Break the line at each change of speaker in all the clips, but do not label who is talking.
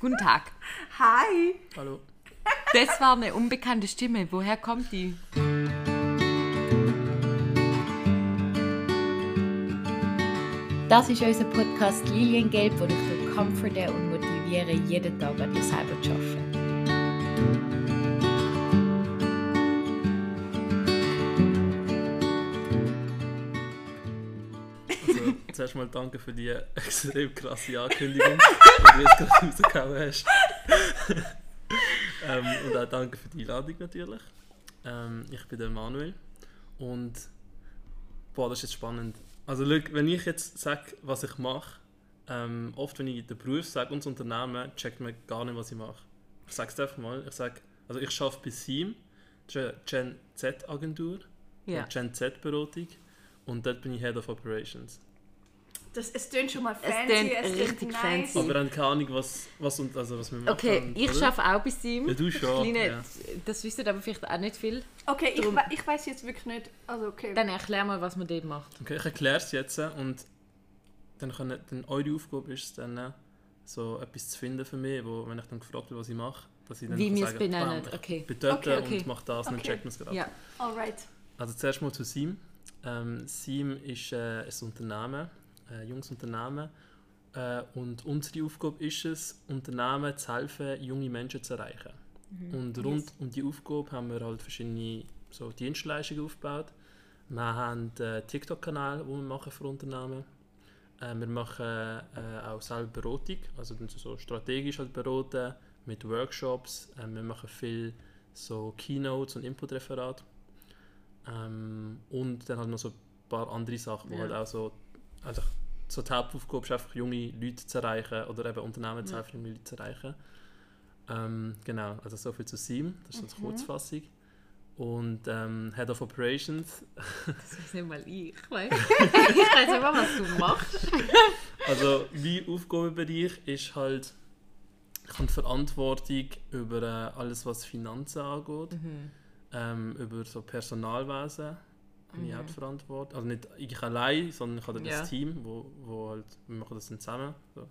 Guten Tag.
Hi.
Hallo.
Das war eine unbekannte Stimme. Woher kommt die?
Das ist unser Podcast Liliengelb, wo ich dich comforte und motiviere, jeden Tag an dir selber zu arbeiten.
Also, zuerst mal danke für die extrem krasse Ankündigung, die du jetzt gerade rausgehauen hast. ähm, und auch danke für die Einladung natürlich. Ähm, ich bin der Manuel und boah, das ist jetzt spannend. Also schau, wenn ich jetzt sage, was ich mache, ähm, oft wenn ich den Beruf sage und das Unternehmen, checkt man gar nicht, was ich mache. Ich sage es einfach mal, ich sage, also ich arbeite bei SIEM, das ist eine Gen Z-Agentur,
Ja.
eine Gen Z-Beratung und dort bin ich Head of Operations.
Das, es tönt schon mal
Es
fancy.
tönt richtig
nice.
fancy.
Aber dann keine Ahnung, was, was, und, also, was wir machen.
Okay, ich
oder?
schaffe auch bei ihm.
Ja, du schon.
Kleine,
Ja.
Das wissen aber vielleicht auch nicht viel.
Okay, ich,
Drum.
we- ich weiß jetzt wirklich nicht. Also, okay.
Dann erklär mal, was man dort macht.
Okay, ich erkläre es jetzt äh, und dann, können, dann eure Aufgabe ist es dann, äh, so etwas zu finden für mich, wo, wenn ich dann gefragt werde, was ich mache, dass ich dann
Wie
kann
wir es
sagen,
benennen.
bam,
Okay.
Ich bin dort
Okay,
okay.
und mache das und dann
Okay.
checkt man es gerade.
Ja.
Alright.
Also zuerst mal zu SIM. Ähm, SIM ist äh, ein Unternehmen, ein junges Unternehmen. Äh, und unsere Aufgabe ist es, Unternehmen zu helfen, junge Menschen zu erreichen.
Mhm.
Und rund um die Aufgabe haben wir halt verschiedene so Dienstleistungen aufgebaut. Wir haben einen TikTok-Kanal, den wir machen für Unternehmen äh, wir machen äh, auch selber Beratung, also dann so strategisch halt beraten, mit Workshops. Äh, wir machen viel so Keynotes und Inputreferat. Ähm, und dann halt noch so ein paar andere Sachen, wo
Ja.
halt auch so, also so die Hauptaufgabe ist einfach junge Leute zu erreichen oder eben Unternehmen zu helfen, junge Leute zu erreichen. Ähm, genau, also so viel zu SIEM, das ist so die Kurzfassung. Und ähm, Head of Operations,
Das weiß nicht mal ich. Weißt? ich weiß nicht mal, was du machst.
Also mein Aufgabenbereich ist halt, ich habe Verantwortung über äh, alles, was Finanzen angeht,
Mhm.
ähm, über so Personalwesen. Habe ich auch die Verantwortung. Also nicht ich allein, sondern ich habe
Mhm. Ja.
das Team, wo, wo halt, wir machen das dann zusammen. So.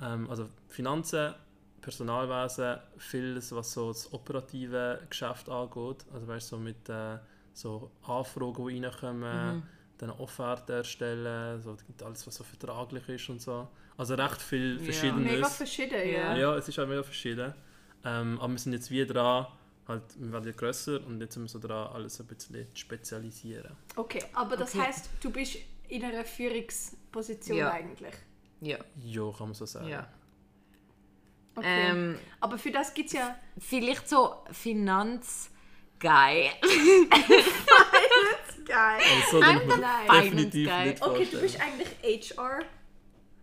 Ähm, also Finanzen, Personalwesen, vieles, was so das operative Geschäft angeht. Also weißt du, so mit äh, so Anfragen, die
Mhm.
reinkommen, dann Offerten erstellen, so alles, was so vertraglich ist und so. Also recht viel
Ja.
verschiedenes.
Mega verschieden, ja.
Ja, es ist auch mega verschieden. Ähm, aber wir sind jetzt wie dran, halt, wir werden ja grösser und jetzt sind wir so dran, alles ein bisschen zu spezialisieren.
Okay, aber das
Okay.
heißt, du bist in einer Führungsposition
Ja.
eigentlich.
Ja.
Ja, kann man so sagen.
ja.
Okay.
Ähm,
aber für das gibt es ja.
vielleicht so Finanzgeil.
Geil.
Also, denkt man
Nein.
definitiv
Nein,
nicht
Okay, du
vorstellen.
bist eigentlich HR.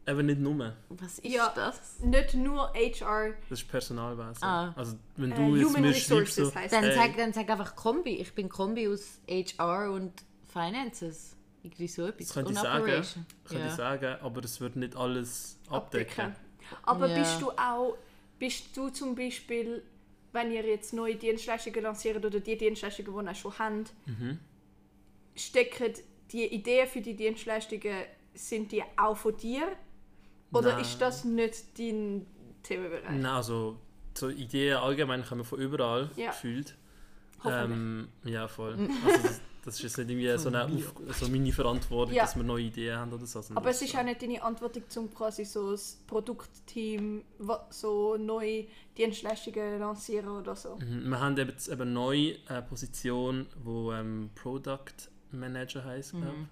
Eben nicht nur.
Was ist
Ja.
das?
Nicht nur HR.
Das ist Personalwesen.
Ah.
Also, wenn du
Äh,
jetzt
Human
mir schreibst,
Resources
so,
heisst
Dann,
Hey.
sag, dann sag einfach Kombi. Ich bin Kombi aus HR und Finances. Irgendwie so etwas.
das könnte
und
ich sagen,
Operation.
könnte ich
ja.
sagen, aber es wird nicht alles abdecken.
abdecken. Aber
Ja.
bist du auch, bist du zum Beispiel, wenn ihr jetzt neue Dienstleistungen lanciert oder die Dienstleistungen, die ihr schon habt,
Mhm.
stecken die Ideen für die Dienstleistungen, sind die auch von dir? Oder
Nein.
ist das nicht dein Themenbereich?
Nein, also, so Ideen allgemein kommen von überall
Ja.
gefühlt.
Hoffentlich.
Ähm, ja, voll. Also, das, das ist jetzt nicht irgendwie so eine Auf so meine Verantwortung,
Ja.
dass wir neue Ideen haben oder so. sondern
Aber es
das
ist auch nicht deine Antwort, um quasi so das Produktteam wa- so neue Dienstleistungen lancieren oder so.
Mhm. Wir haben eben jetzt eben eine neue äh, Position, wo ähm, Product Manager heißt,
Mhm.
glaube ich.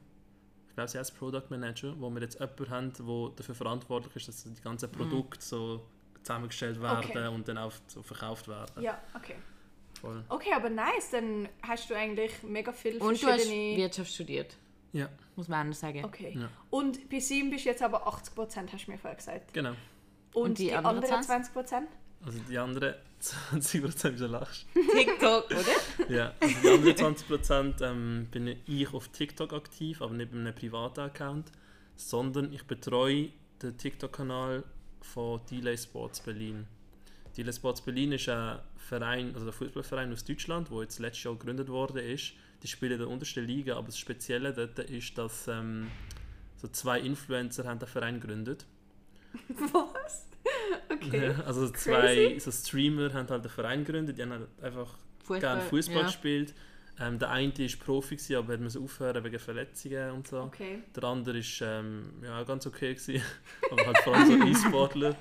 Ich glaube, sie heißt Product Manager, wo wir jetzt jemanden haben, der dafür verantwortlich ist, dass die ganzen Produkte so zusammengestellt werden
Mhm. Okay.
und dann auch so verkauft werden.
Ja, okay.
Voll.
Okay, aber nice, dann hast du eigentlich mega viel
Und du hast
verschiedene...
Wirtschaft studiert.
Ja,
Muss man auch noch sagen.
Okay.
Ja.
Und bei 7 bist du jetzt aber 80 Prozent, hast du mir vorher gesagt.
genau.
Und,
Und die
die,
anderen
anderen
20?
20 Prozent?
Also die anderen 20%, wieso lachst
TikTok, oder?
Ja, also die anderen 20% ähm, bin ich auf TikTok aktiv, aber nicht mit einem privaten Account, sondern ich betreue den TikTok-Kanal von Delay Sports Berlin. Delay Sports Berlin ist ein Verein, also ein Fußballverein aus Deutschland, wo jetzt letztes Jahr gegründet worden ist. Die spielen in der untersten Liga, aber das Spezielle dort ist, dass ähm, so zwei Influencer haben den Verein gegründet.
Was? Okay. Okay.
Ja, also zwei so Streamer haben halt einen Verein gegründet, die haben halt einfach gerne Fußball
ja.
gespielt. Ähm, der eine war Profi, gewesen, aber hat müssen aufhören wegen Verletzungen und so.
Okay.
Der andere ist ähm, ja, ganz okay, gewesen, aber halt vor allem so E-Sportler.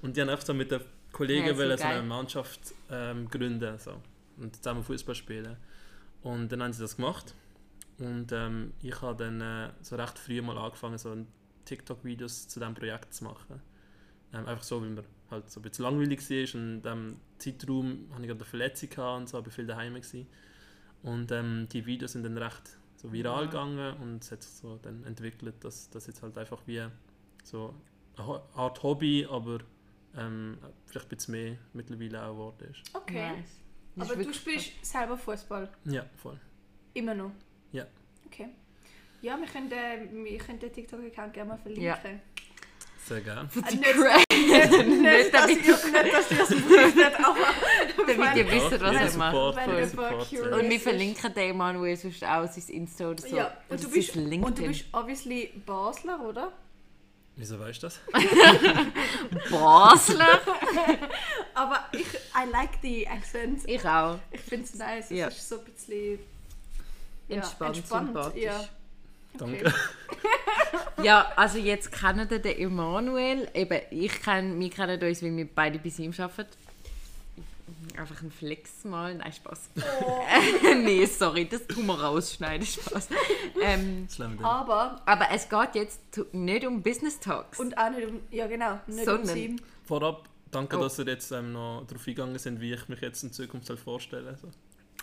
Und die haben einfach so mit den Kollegen
Ja, so
wollen, so
geil.
eine Mannschaft ähm, gründen so. und zusammen Fußball spielen. Und dann haben sie das gemacht. Und ähm, ich habe dann äh, so recht früh mal angefangen, so TikTok-Videos zu diesem Projekt zu machen. Ähm, einfach so, weil mir halt so ein bisschen langweilig war und in diesem Zeitraum hatte ich gerade eine Verletzung gehabt und so, aber viel daheim. Gewesen. Und ähm, die Videos sind dann recht so viral
Ja.
gegangen und es hat sich so dann entwickelt, dass das jetzt halt einfach wie so eine Ho- Art Hobby, aber ähm, vielleicht ein bisschen mehr mittlerweile auch geworden ist.
Okay.
Nice. Das
Aber
ist
du
wirklich
spielst selber Fußball.
Ja, voll.
Immer noch?
Ja.
Okay. Ja, wir können, äh, wir können den TikTok-Account gerne mal verlinken.
Ja.
Sehr gerne.
krass.
Ah,
Die
nicht-
Crack,
Nicht, dass ihr
damit-
nicht, dass ihr es berichtet, aber...
damit ihr wisst,
jeder
was er macht.
Support,
Wenn
jeder
jemand
Support, sehr
curious-
Und wir
Es ist-
verlinken den Manuel sonst auch sein Insta oder so. Also
Ja,
Oder
und du,
sein
bist,
LinkedIn.
und du bist obviously Basler, oder?
Wieso weißt du das?
Basler?
Aber ich, I like the accent.
ich auch.
Ich finde es nice.
Ja.
Es ist so ein bisschen... Ja,
Entspannt, sympathisch.
Ja.
Danke.
Okay.
Ja, also jetzt kennen ihr den Emanuel. Eben, ich kenn, wir kennen uns, weil wir beide bei ihm arbeiten. Einfach ein Flex mal. Nein, Spaß.
Oh.
nee, sorry, das tun wir rausschneiden, Spaß. Ähm,
Slam Dunk.
Aber...
aber es geht jetzt zu- nicht um Business Talks.
Und auch nicht um... Ja, genau. Nicht um
Sondern-
sie.
Vorab, danke,
Oh.
dass ihr jetzt ähm, noch darauf eingegangen sind, wie ich mich jetzt in Zukunft soll vorstellen soll.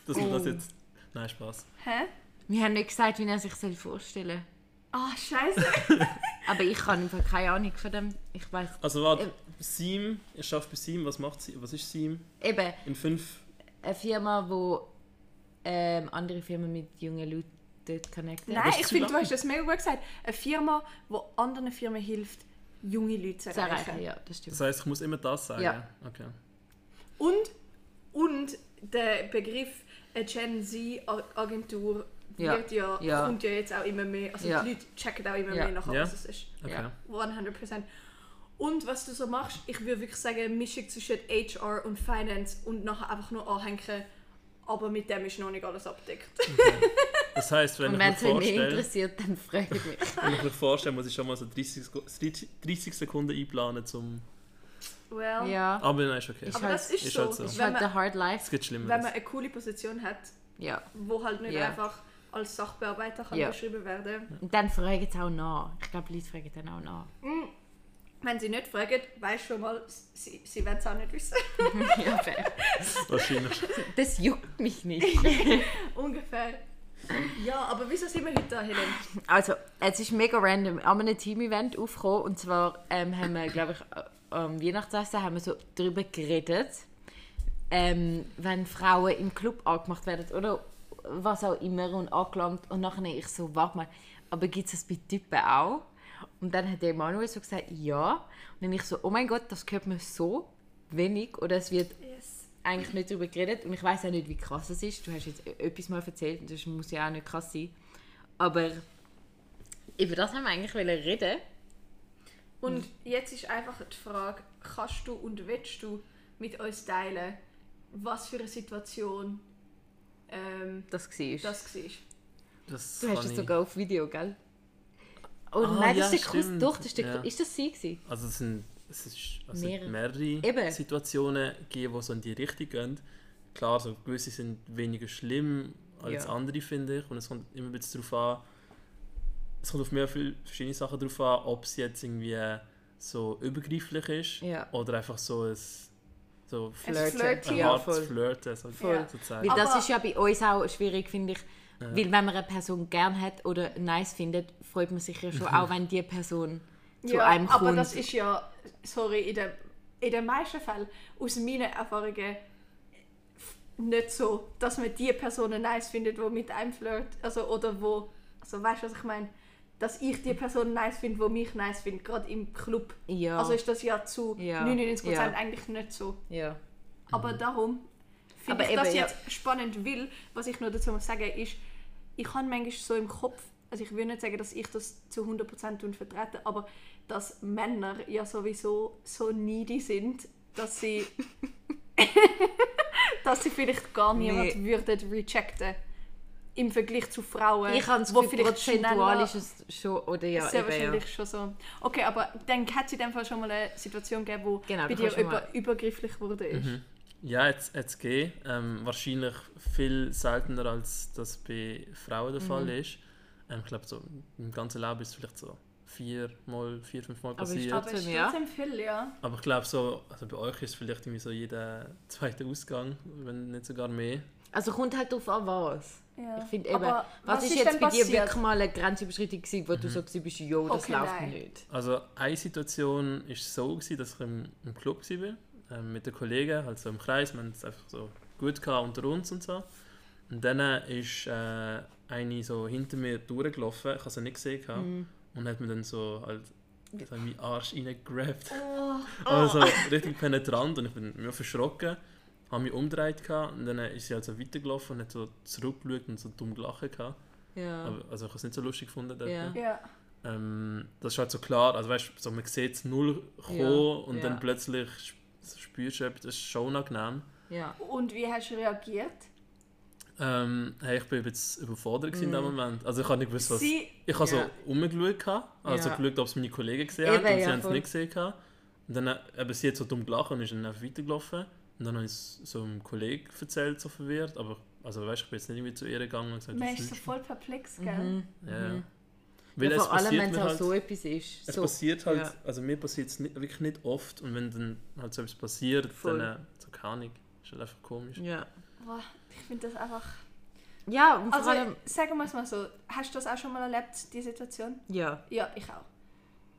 Dass wir das
Oh.
jetzt... Nein, Spaß.
Hä?
wir haben nicht gesagt, wie er sich soll vorstellen
Ah, scheiße.
Aber ich habe im Fall keine Ahnung von dem. Ich weiß.
Also warte,
Ähm.
Seam, ihr schafft bei Seam, was macht Seam? Was ist Seam?
Eben,
In fünf...
eine Firma, wo ähm, andere Firmen mit jungen Leuten dort connecten.
Nein,
das ist
ich
zu
finde, du
lang.
hast das mega gut gesagt. Eine Firma, die anderen Firmen hilft, junge Leute zu
Zu
erreichen.
erreichen, ja, das stimmt.
Das heisst, ich muss immer das sagen?
Ja.
Okay.
Und, und der Begriff eine Gen Z-Agentur
Ja.
wird ja,
Ja.
kommt ja jetzt auch immer mehr. Also
Ja.
die Leute checken auch immer
Ja.
mehr nachher,
Ja.
was es ist.
Okay.
Ja.
100%. Und was du so machst, ich würde wirklich sagen, eine Mischung zwischen HR und Finance und nachher einfach nur anhängen, aber mit dem ist noch nicht alles abgedeckt.
Das heisst, wenn
Und
ich
wenn
mir
es mich
vorstelle...
interessiert, dann frage ich mich.
Wenn ich mir vorstelle, muss ich schon mal so 30, Sek- 30 Sekunden einplanen, zum...
Well,
ja.
Aber nein, ist okay.
Ich-
aber das ist,
ist
so.
halt so.
Das ist
Wenn,
halt
man,
der Hard
Also, Es
Life.
gibt
wenn
Schlimmeres.
man eine coole Position hat,
Ja.
wo halt nicht
Ja.
einfach als Sachbearbeiter kann
Ja.
beschrieben werden
Und dann fragen sie auch nach. Ich glaube, die Leute fragen dann auch nach.
Hm. Wenn sie nicht fragen, weiß schon mal, sie, sie werden es auch nicht wissen.
ja, fair.
Wahrscheinlich.
Das juckt mich nicht.
Ungefähr. Ja, aber wieso sind wir heute da, Helen?
Also, es ist mega random. An einem Team-Event aufgekommen. Und zwar ähm, haben wir, glaube ich, äh, am Weihnachtsessen haben wir so darüber geredet, ähm, wenn Frauen im Club angemacht werden oder was auch immer und angelangt. Und nachher ich so, warte mal, aber gibt es das bei Typen auch? Und dann hat der Manuel so gesagt, ja. Und dann ich so, oh mein Gott, das hört man so wenig oder es wird eigentlich nicht darüber geredet und ich weiß auch nicht, wie krass es ist. Du hast jetzt e- etwas mal erzählt und das muss ja auch nicht krass sein. Aber über das haben wir eigentlich wollen reden.
Und jetzt ist einfach die Frage, kannst du und willst du mit uns teilen, was für eine Situation ähm,
Das war
das war?
Das
Du hast
kann
es
ich-
sogar auf Video, gell? Oh
Ah,
nein,
ja,
das ist der Kuss.
stimmt.
Doch, das ist der
Ja.
Kuss. Ist das sie? Gewesen?
Also es sind, es ist, also
Mehrere.
mehrere, mehrere
Eben.
Situationen gegeben, die so in die Richtung gehen. Klar, so gewisse sind weniger schlimm als
Ja.
andere, finde ich. Und es kommt immer ein bisschen darauf an, es kommt auf mehr viele verschiedene Sachen drauf an, ob es jetzt irgendwie so übergreiflich ist
Ja.
oder einfach so ein, so
Flirten.
Flirty.
ein
Ja,
hartes
voll.
Flirten, so,
Voll.
sozusagen.
Weil das
Aber-
ist ja bei uns auch schwierig, finde ich.
Ja.
Weil wenn man eine Person gern hat oder nice findet, freut man sich ja schon auch, wenn die Person zu einem kommt.
aber das ist ja, sorry, in den, in den meisten Fällen aus meinen Erfahrungen nicht so, dass man die Personen nice findet, die mit einem flirt, also oder wo, also weißt du, was ich meine? Dass ich die Person nice finde, die mich nice findet, gerade im Club.
ja.
Also ist das ja zu
Ja.
99%
Ja.
eigentlich nicht so.
ja.
Aber darum finde
Mhm. Aber
ich das
eben, ja.
jetzt spannend will. Was ich nur dazu muss sagen ist, ich habe manchmal so im Kopf, also ich würde nicht sagen, dass ich das zu 100% vertrete, aber dass Männer ja sowieso so needy sind, dass sie dass sie vielleicht gar
Nee.
niemand würden rejecten im Vergleich zu Frauen,
Ich habe das
wo
Gefühl, prozentual
schneller-
ist es schon, oder ja,
sehr
eben, ja.
wahrscheinlich schon so. Okay, aber dann hat es in dem Fall schon mal eine Situation gegeben, wo
Genau,
bei
du
dir
kannst schon
über,
mal-
übergrifflich wurde ist.
Ja, jetzt, jetzt geht. Ähm, wahrscheinlich viel seltener, als das bei Frauen der Fall ist. Ähm, ich glaube, so im ganzen Leben ist es vielleicht so viermal, vier, fünfmal
Aber ist
passiert.
ab-
Aber es ist
Trotzdem, ja.
trotzdem viel, ja.
Aber ich glaube, so, also bei euch ist es vielleicht irgendwie so jeder zweite Ausgang, wenn nicht sogar mehr.
Also kommt halt darauf an, was.
Ja.
Ich finde eben,
Aber
was, ist, jetzt
denn
bei dir
passiert?
wirklich mal eine Grenzüberschreitung gewesen, wo
Mhm.
du so gewesen bist, jo, das
Okay,
läuft
nein.
nicht.
Also eine Situation war so, gewesen, dass ich im, im Club war, ähm, mit den Kollegen, halt so im Kreis, wir haben es einfach so gut gehabt unter uns und so. Und dann äh, ist äh, eine so hinter mir durchgelaufen, ich habe sie nicht gesehen, gehabt, und hat mir dann so halt so in meinen Arsch reingegrabt. Also richtig penetrant und ich bin mir verschrocken, habe mich umgedreht gehabt, und dann äh, ist sie halt so weitergelaufen und hat so zurückgeschaut und so dumm gelachen. Gehabt.
Ja.
Aber, also ich habe es nicht so lustig gefunden. dort,
Ah. Ja.
ne?
Ja.
ähm, das ist halt so klar, also weißt so, man sieht es null kommen
Ja,
und
ja.
dann plötzlich sp- spürst du etwas, das ist schon unangenehm.
ja.
Und wie hast du reagiert?
Ähm, hey, ich bin jetzt überfordert mm. in dem Moment. Also ich habe nicht gewusst, was...
Sie-
ich habe
Mhm. Ja.
so rumgeschaut, gehabt, also
Ja.
geschaut, ob es meine Kollegen gesehen
Eben,
haben und sie
ja,
haben es
voll.
nicht gesehen. Gehabt. Und dann, äh, eben, sie hat so dumm gelacht und ist dann einfach weitergelaufen. Und dann habe ich es so einem Kollegen erzählt, so verwirrt, aber also weißt, ich bin jetzt nicht irgendwie zu ihr gegangen und gesagt,
Man
was
ist so
ist-
voll perplex,
Mhm.
gell?
ja. ja. Weil
ja
es
vor allem,
passiert
wenn es
mir
auch
halt-
so etwas ist.
Es
so.
passiert halt,
ja.
also mir passiert es nicht, wirklich nicht oft und wenn dann halt so etwas passiert,
Voll.
dann äh, so keine Ahnung, ist halt einfach komisch.
Ja.
Boah, ich finde das einfach...
ja, und vor
Also,
allem,
sagen wir es mal so. Hast du das auch schon mal erlebt, die Situation?
ja.
Ja, ich auch.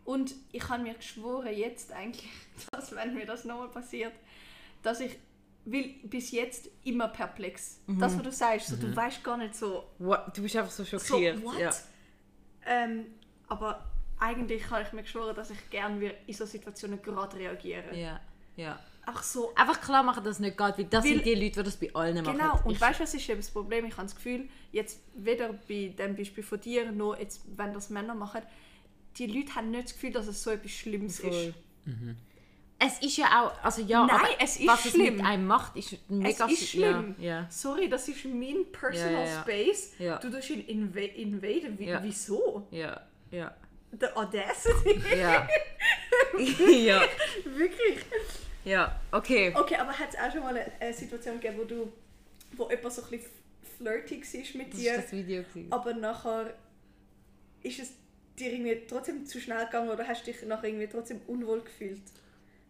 Und ich habe mir geschworen, jetzt eigentlich, dass wenn mir das nochmal passiert, dass ich, weil bis jetzt immer perplex. Das,
Mhm.
was du sagst, so, du weißt gar nicht so,
What? Du bist einfach so
so
schockiert.
what?
ja.
Ähm, aber eigentlich habe ich mir geschworen, dass ich gerne in so Situationen gerade reagieren.
ja. ja.
Einfach so
Einfach klar machen, dass es nicht geht, weil das
Weil-
sind die Leute, die das bei allen machen.
Genau, und
halt Ich-
weißt du, was ist eben das Problem? Ich habe das Gefühl, jetzt weder bei dem Beispiel von dir, noch jetzt, wenn das Männer machen, die Leute haben nicht das Gefühl, dass es so etwas Schlimmes
Voll.
ist.
Mhm.
Es ist ja auch, also ja,
Nein,
aber
es ist
was es
schlimm.
mit einem macht, ist mega
es ist
sch- ja,
schlimm.
Ja,
Sorry, das ist mein Personal
Ja, ja, ja.
Space.
Ja.
Du tust ihn inva invaden. Wie,
Ja.
Wieso?
ja, ja,
The Audacity?
ja. ja,
Wirklich?
ja, okay.
Okay, aber hat es auch schon mal eine, eine Situation gegeben, wo du, wo jemand so ein bisschen flirty war mit
Das
dir?
war das Video. gewesen.
Aber nachher ist es dir irgendwie trotzdem zu schnell gegangen oder hast du dich nachher irgendwie trotzdem unwohl gefühlt?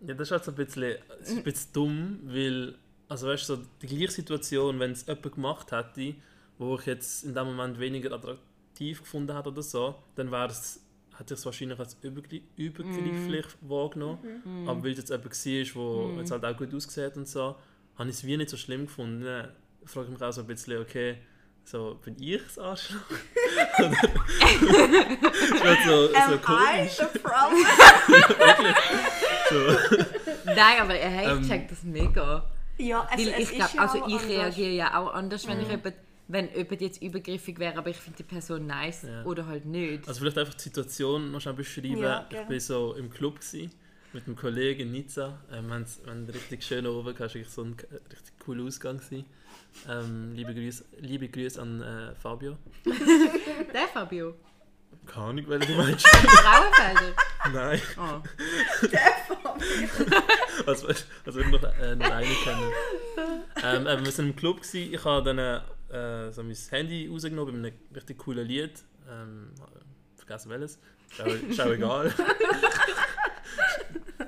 Ja, das ist halt so ein bisschen, es ist ein bisschen dumm, weil, also weißt du, so die gleiche Situation, wenn es jemand gemacht hätte, wo ich jetzt in dem Moment weniger attraktiv gefunden hätte oder so, dann wäre es, hätte ich es wahrscheinlich als übergri- übergrifflich wahrgenommen. Aber weil es jetzt jemand war, wo jetzt halt auch gut aussieht und so, habe ich es wie nicht so schlimm gefunden. Dann frage ich mich auch so ein bisschen, okay, so, bin ich das Arschloch? Oder- ist halt so, so
Ähm,
komisch.
the problem?
So.
Nein, aber hey, ich
Ähm,
check das mega.
ja, es,
Weil
es
ich
ist
glaube,
ja
also
auch
ich
anders.
reagiere ja auch anders, wenn ich
Mhm.
jemand, wenn jemand jetzt übergriffig wäre, aber ich finde die Person nice
Ja.
oder halt nicht.
Also vielleicht einfach die Situation noch schnell beschreiben.
Ja,
ich
gerne.
bin so im Club gewesen, mit einem Kollegen in Nizza. Ähm, wir haben's- wir haben richtig schön oben gehabt, es war wirklich so ein äh, richtig cooler Ausgang. Gewesen. Ähm, liebe Grüße liebe Grüße an äh, Fabio.
Der Fabio.
Keine Ahnung, weil du meinst.
Frauenfelder.
Nein,
Oh.
als, wär- als würde ich noch, äh, noch einen kennen. Ähm, eben, wir waren im Club, gewesen. ich habe dann äh, so mein Handy rausgenommen bei einem richtig coolen Lied. Ähm, vergessen welches. Ist auch- Ist auch egal.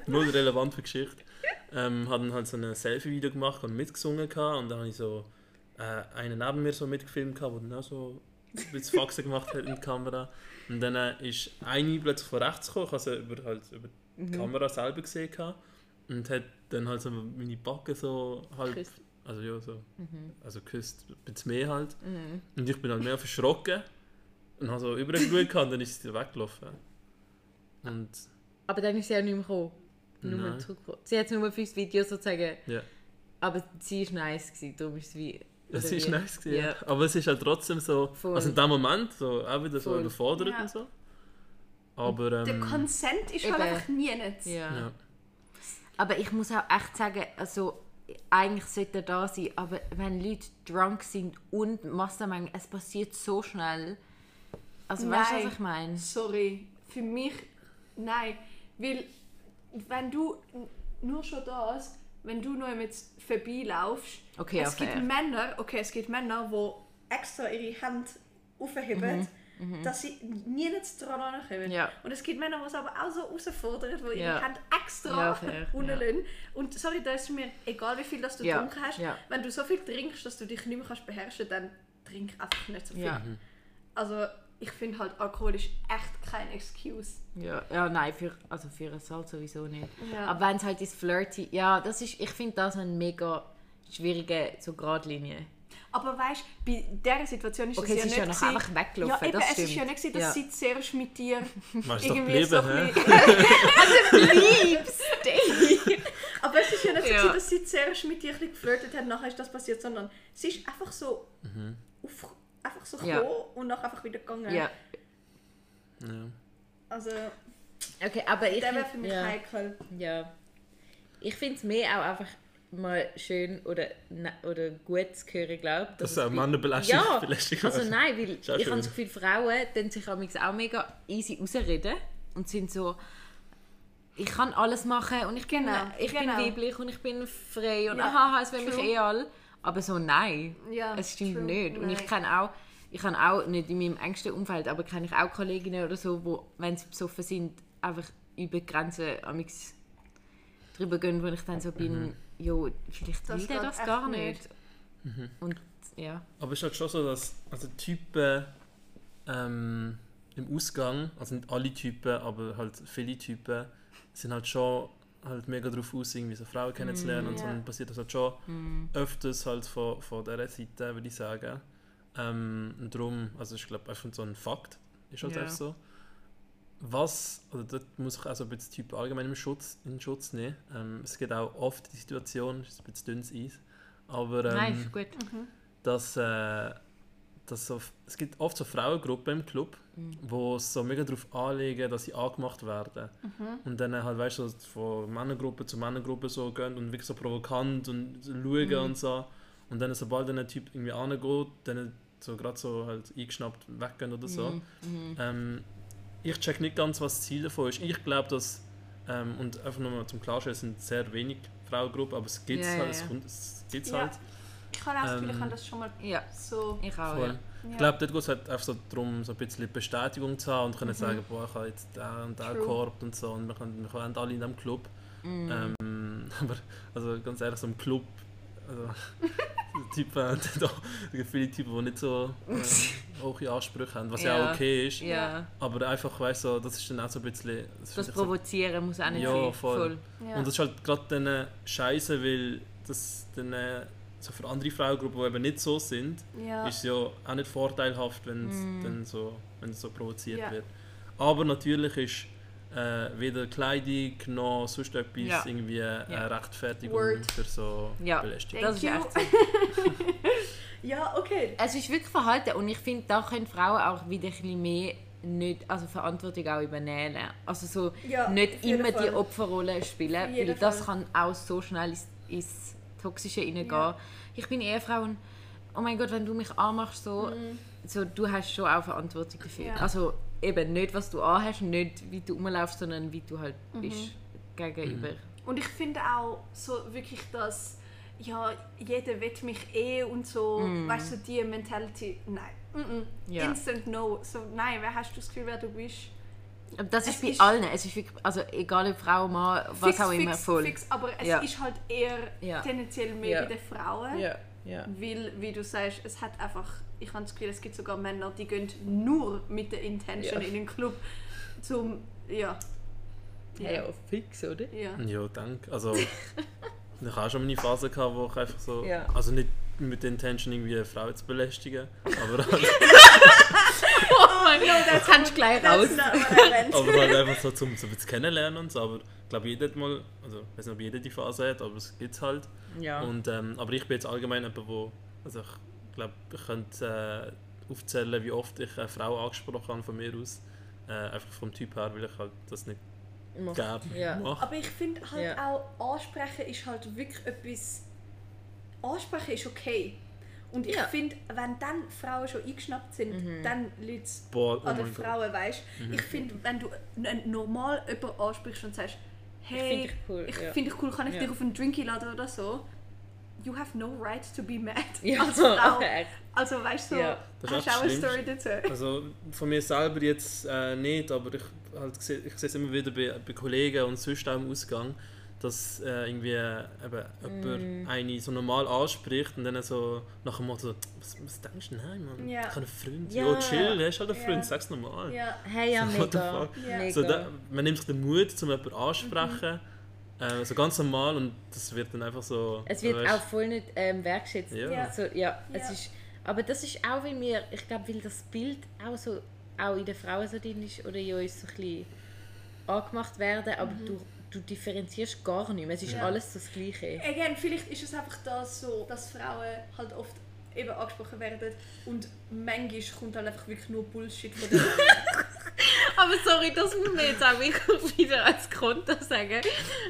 Null relevant für die Geschichte. Ähm, habe dann halt so ein Selfie-Video gemacht und mitgesungen gehabt, und dann habe ich so äh, einen neben mir so mitgefilmt gehabt, der dann auch so ein bisschen Faxen gemacht hat in die Kamera. Und dann äh, ist eine plötzlich von rechts gekommen, ich habe sie über, halt, über
Mhm.
die Kamera selber gesehen gehabt, und hat dann halt so meine Backe so halb,
Geküsst. Mhm.
also ja so, also küsst, ein bisschen mehr halt. Und ich bin halt mehr verschrocken und habe so übergeschaut gehabt, und dann ist sie weggelaufen. Und
Aber dann ist sie ja nicht mehr gekommen. Nur
Nein.
zurückgekommen. Sie hat nur fünf Videos sozusagen.
ja.
Aber sie war nice, gewesen, darum ist es wie
Es
Oder
ist
wie?
nice gewesen.
Ja.
Aber es ist halt trotzdem so,
Voll.
also in dem Moment so, auch wieder so
Voll.
überfordert
Ja.
und so. Aber
Der
ähm,
Consent ist
Eben.
halt einfach nie nütz.
Ja.
ja.
Aber ich muss auch echt sagen, also eigentlich sollte er da sein, aber wenn Leute drunk sind und Massenmengen, es passiert so schnell. Also weißt du,
Nein.
was ich meine?
Sorry, für mich nein. Weil, wenn du n- nur schon das, wenn du nur mit vorbeilaufst,
Okay,
es
ja,
gibt
fair.
Männer, okay, es gibt Männer, die extra ihre Hand aufheben, dass sie niemals dran kommen.
Mhm, Ja.
Und es gibt Männer, die es aber auch so herausfordern, die ihre
Ja.
Hand
Ja,
extra
fair,
runterlassen. Und sorry, da ist mir egal, wie viel das du
Ja,
getrunken hast,
ja.
wenn du so viel trinkst, dass du dich nicht mehr kannst beherrschen kannst, dann trink einfach nicht so viel.
Ja.
Also ich finde halt, Alkohol ist echt kein Excuse.
Ja, ja nein, für, also für einen Salt sowieso nicht.
Ja.
Aber wenn es halt ist Flirty, ja, das ist, ich finde das eine mega schwierige so Gradlinie.
Aber weißt du, bei dieser Situation ist
Okay,
es ja
sie ist
nicht
ja noch
gewesen-
einfach weggelaufen,
Ja, eben,
das
es ist ja
stimmt.
nicht gewesen, dass
Ja.
sie zuerst mit dir
Machst du Also doch
irgendwie so
geblieben,
ein
hä?
bisschen...
Liebs!
Aber es ist ja nicht so,
Ja.
gewesen, dass sie zuerst mit dir ein bisschen geflirtet hat, nachher ist das passiert, sondern sie ist einfach so
Mhm.
auf, einfach so
Ja.
gekommen und nachher einfach wieder gegangen.
ja.
Ja.
Also,
Okay, aber ich
der wäre
find-
für mich
ja.
heikel.
Ja. Ich finde es mehr auch einfach mal schön oder, ne- oder gut zu hören, glaube ich.
Das ist auch Männerbelästigung.
Ja,
Belästigung.
also nein, weil
auch
ich habe das Gefühl,
schön.
Frauen tun sich amigs auch mega easy rausreden und sind so, ich kann alles machen und ich,
Genau,
bin, ich
genau.
bin weiblich und ich bin frei und
Ja,
aha, es will mich
true.
eh alle. Aber so nein,
Ja,
es stimmt
true,
nicht. Und ich
nein.
kenne auch, ich kann auch, nicht in meinem engsten Umfeld, aber kenne ich auch Kolleginnen oder so, wo, wenn sie besoffen sind, einfach über die Grenzen amigs drüber gehen, wo ich dann so bin, jo, vielleicht
Das
will der
geht
das
echt
gar
nicht.
nicht. Und ja.
Aber es ist halt schon so, dass also Typen ähm, im Ausgang, also nicht alle Typen, aber halt viele Typen, sind halt schon halt mega drauf aus, irgendwie so
Mm,
Frauen kennenzulernen und so.
ja.
Dann passiert das halt schon
hm.
öfters halt von, von dieser Seite, würde ich sagen. Ähm, und darum, also ich glaube, einfach so ein Fakt ist halt
Ja.
einfach so. Was, also dort muss ich auch so ein bisschen Typ allgemein im Schutz, in Schutz nehmen. Ähm, es gibt auch oft die Situation, es ist ein bisschen dünnes Eis, aber... Ähm,
Nein, ist gut.
dass, äh, dass so, es gibt oft so Frauengruppen im Club,
Mhm.
wo es so mega darauf anlegen, dass sie angemacht werden.
Mhm.
Und dann halt, weißt du, so von Männergruppe zu Männergruppe so gehen und wirklich so provokant und so schauen
Mhm.
und so. Und dann, sobald dann ein Typ irgendwie angeht, dann so gerade so halt eingeschnappt weggehen oder so.
Mhm,
Ähm, ich check nicht ganz, was das Ziel davon ist. Ich glaube, dass, ähm, und einfach nochmal zum Klarstellen, es sind sehr wenig Frauengruppen, aber es gibt es
Ja, ja,
halt. Es,
ja.
kommt- es gibt's
Ja.
halt.
Ich habe auch das Gefühl, ich
Ähm.
habe das schon mal
Ja,
so...
ich auch.
Voll.
Ja.
Ich glaube, dort geht es halt einfach so darum, so ein bisschen Bestätigung zu haben und
Mhm.
können sagen, boah, ich habe jetzt den und den
True.
gehabt und so und wir, können, wir können alle in diesem Club.
Mhm.
Ähm, aber also ganz ehrlich, so im Club, also die Typen, da gibt viele Typen, die nicht so äh, hohe Ansprüche haben, was ja,
Ja.
auch okay ist.
ja.
Aber einfach, weißt du, das ist dann auch so ein bisschen...
Das
finde ich so-
Provozieren muss auch nicht
Ja,
sein.
voll.
Ja.
und das ist halt gerade dann scheiße, weil das dann äh, so für andere Frauengruppen, die eben nicht so sind,
Ja.
ist ja auch nicht vorteilhaft, wenn es
Mhm.
dann so, wenn es so provoziert
Ja.
wird. Aber natürlich ist äh, weder Kleidung noch sonst etwas
Ja.
irgendwie äh,
Ja.
Rechtfertigung
Word.
für so
Ja.
Belästigung.
Das ist
Thank
echt so.
ja, okay.
Also, Es ist wirklich Verhalten und ich finde, da können Frauen auch wieder ein bisschen mehr nicht, also Verantwortung auch übernehmen. Also so
Ja,
nicht
auf jeden
immer die
Fall.
Opferrolle
Auf
spielen,
jeden
weil das
Fall.
kann auch so schnell ins, ins Toxische hineingehen.
Ja.
Ich bin Ehefrau und oh mein Gott, wenn du mich anmachst, so, so du hast schon auch Verantwortung dafür.
Mhm. Ja.
Also eben nicht, was du anhast, nicht wie du rumlaufst, sondern wie du halt
Mhm.
bist gegenüber.
Und ich finde auch so wirklich, dass ja, jeder will mich eh und so,
Mhm.
weißt du, die Mentality, nein. Mm -mm.
Ja.
Instant no. So, nein, wer hast du das Gefühl, wer du bist?
Aber Das
Es
ist bei
ist-
allen. Es ist wirklich, also egal ob Frau, Mann, was auch immer,
fix,
voll.
Fix, aber es
Ja.
ist halt eher
Ja.
tendenziell mehr
Ja.
bei den Frauen.
ja.
Weil, wie du sagst, es hat einfach, ich habe das Gefühl, es gibt sogar Männer, die gehen nur mit der Intention
Ja.
in den Club, zum, ja.
fix, oder?
ja.
Ja, danke. Also, ich habe auch schon meine Phase gehabt, wo ich einfach so.
Ja.
Also nicht mit der Intention, irgendwie eine Frau zu belästigen, aber halt,
Oh mein Gott, das kannst du gleich raus.
That's not what I meant.
aber halt einfach so, zum so ein bisschen kennenlernen und so. Aber ich glaube, jeder hat mal. Also, ich weiß nicht, ob jeder die Phase hat, aber es gibt es halt.
Ja.
Und, ähm, aber ich bin jetzt allgemein jemand, wo Also ich glaube, ich könnte äh, aufzählen, wie oft ich eine Frau angesprochen habe von mir aus. Äh, einfach vom Typ her, weil ich halt das nicht
Macht-
gerne
ja.
mache.
Aber ich finde halt
Ja.
auch, ansprechen ist halt wirklich etwas. Ansprechen ist okay. Und ich
Ja. Mhm.
finde, wenn dann Frauen schon eingeschnappt sind, dann liegt es
Boah, oh
an den
mein Gott. Mhm.
Frauen, weißt du? Ich finde, wenn du n- normal jemanden ansprichst und sagst, hey,
find dich cool,
ich
ja.
finde dich cool, kann ich
Ja.
dich auf einen Drink einladen oder so? You have no right to be mad
Ja,
als Frau.
echt.
Also weißt du,
Ja.
Das ist
hast du
echt
auch eine
das
Story dazu?
Also von mir selber jetzt äh, nicht, aber ich, halt, seh- ich sehe es immer wieder bei, bei Kollegen und sonst auch im Ausgang, dass äh, irgendwie äh, eben
Mm.
jemand eine so normal anspricht und dann so nach dem Motto, was, was denkst du denn, hey, Mann?
Ja.
Ich habe einen Freund.
Ja.
Ja, chill, hast halt einen
Ja.
Freund, sag's normal.
Ja.
Hey, ja,
So, what the
mega.
fuck?
Ja.
mega.
So, da, man nimmt sich den Mut, um jemanden anzusprechen, äh, so ganz normal und das wird dann einfach so...
Es wird
weißt,
auch voll nicht ähm, wertschätzt.
Ja.
Ja.
Also, ja, es
Ja.
ist, aber das ist auch, wie wir, ich glaube, weil das Bild auch so auch in den Frauen so drin ist oder in uns so ein bisschen angemacht werden, aber du, du differenzierst gar nicht mehr. Es ist
Ja.
alles so das Gleiche.
Again, vielleicht ist es einfach das so, dass Frauen halt oft eben angesprochen werden und manchmal kommt halt einfach wirklich nur Bullshit von denen.
Aber sorry, das muss man jetzt auch wirklich wieder als Konter sagen.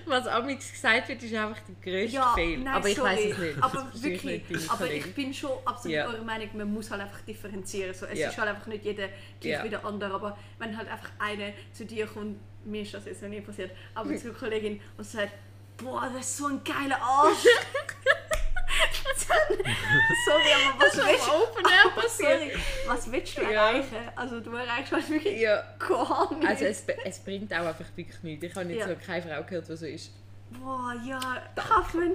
Was amigs gesagt wird, ist einfach der grösste Fehler. aber ich weiß es nicht.
Aber
Das verstehe ich
wirklich,
nicht, deine
aber
Kollegen.
ich bin schon absolut
Ja.
eurer Meinung, man muss halt einfach differenzieren. So, es
Ja.
ist halt einfach nicht jeder gleich
Ja.
wie der andere, aber wenn halt einfach einer zu dir kommt, mir ist das jetzt noch nie passiert,
Hm.
aber zu einer Kollegin und sagt, boah, das ist so ein geiler Arsch. Sorry, aber was willst du?
Open Air
Aber
passiert.
sorry, was willst du
Ja.
erreichen? Also du erreichst halt wirklich
Ja.
gar nichts.
Also es, be- es bringt auch einfach wirklich nichts. Ich habe jetzt
Ja.
noch keine Frau gehört, die so ist.
Boah, ja, Kaffee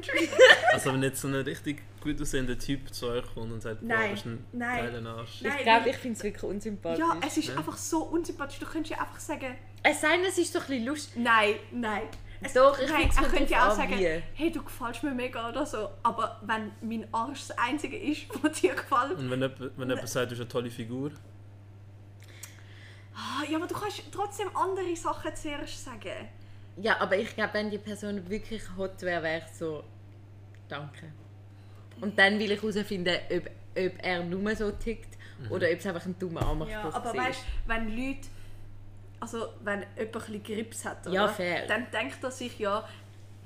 Also wenn jetzt so ein richtig gut aussehender Typ zu euch kommt und sagt, boah,
Nein.
du bist ein
Nein.
geiler Arsch.
Nein,
ich glaube,
weil-
ich finde es wirklich unsympathisch.
Ja, äh- es ist
ne?
einfach so unsympathisch. Du könntest ja einfach sagen,
es sei denn, es ist so ein bisschen lustig.
nein, nein. Es,
Doch, ich
nein,
find's
er
kommt
könnte ja
drauf
auch
an,
sagen,
wie.
hey, du gefällst mir mega oder so. Aber wenn mein Arsch das Einzige ist, was dir
Hm.
gefällt,
Und wenn jemand, wenn jemand sagt, du hast eine tolle Figur,
ah, ja, aber du kannst trotzdem andere Sachen zuerst sagen.
Ja, aber ich glaube, wenn die Person wirklich hot wäre, wäre ich so, danke. Und dann will ich herausfinden, ob, ob er nur so tickt oder ob es einfach ein dummer Anmachspruch
Ja, aber
war.
weißt du, wenn Leute, also wenn jemand ein bisschen Grips hat, oder,
Ja, fair.
dann denkt er sich ja,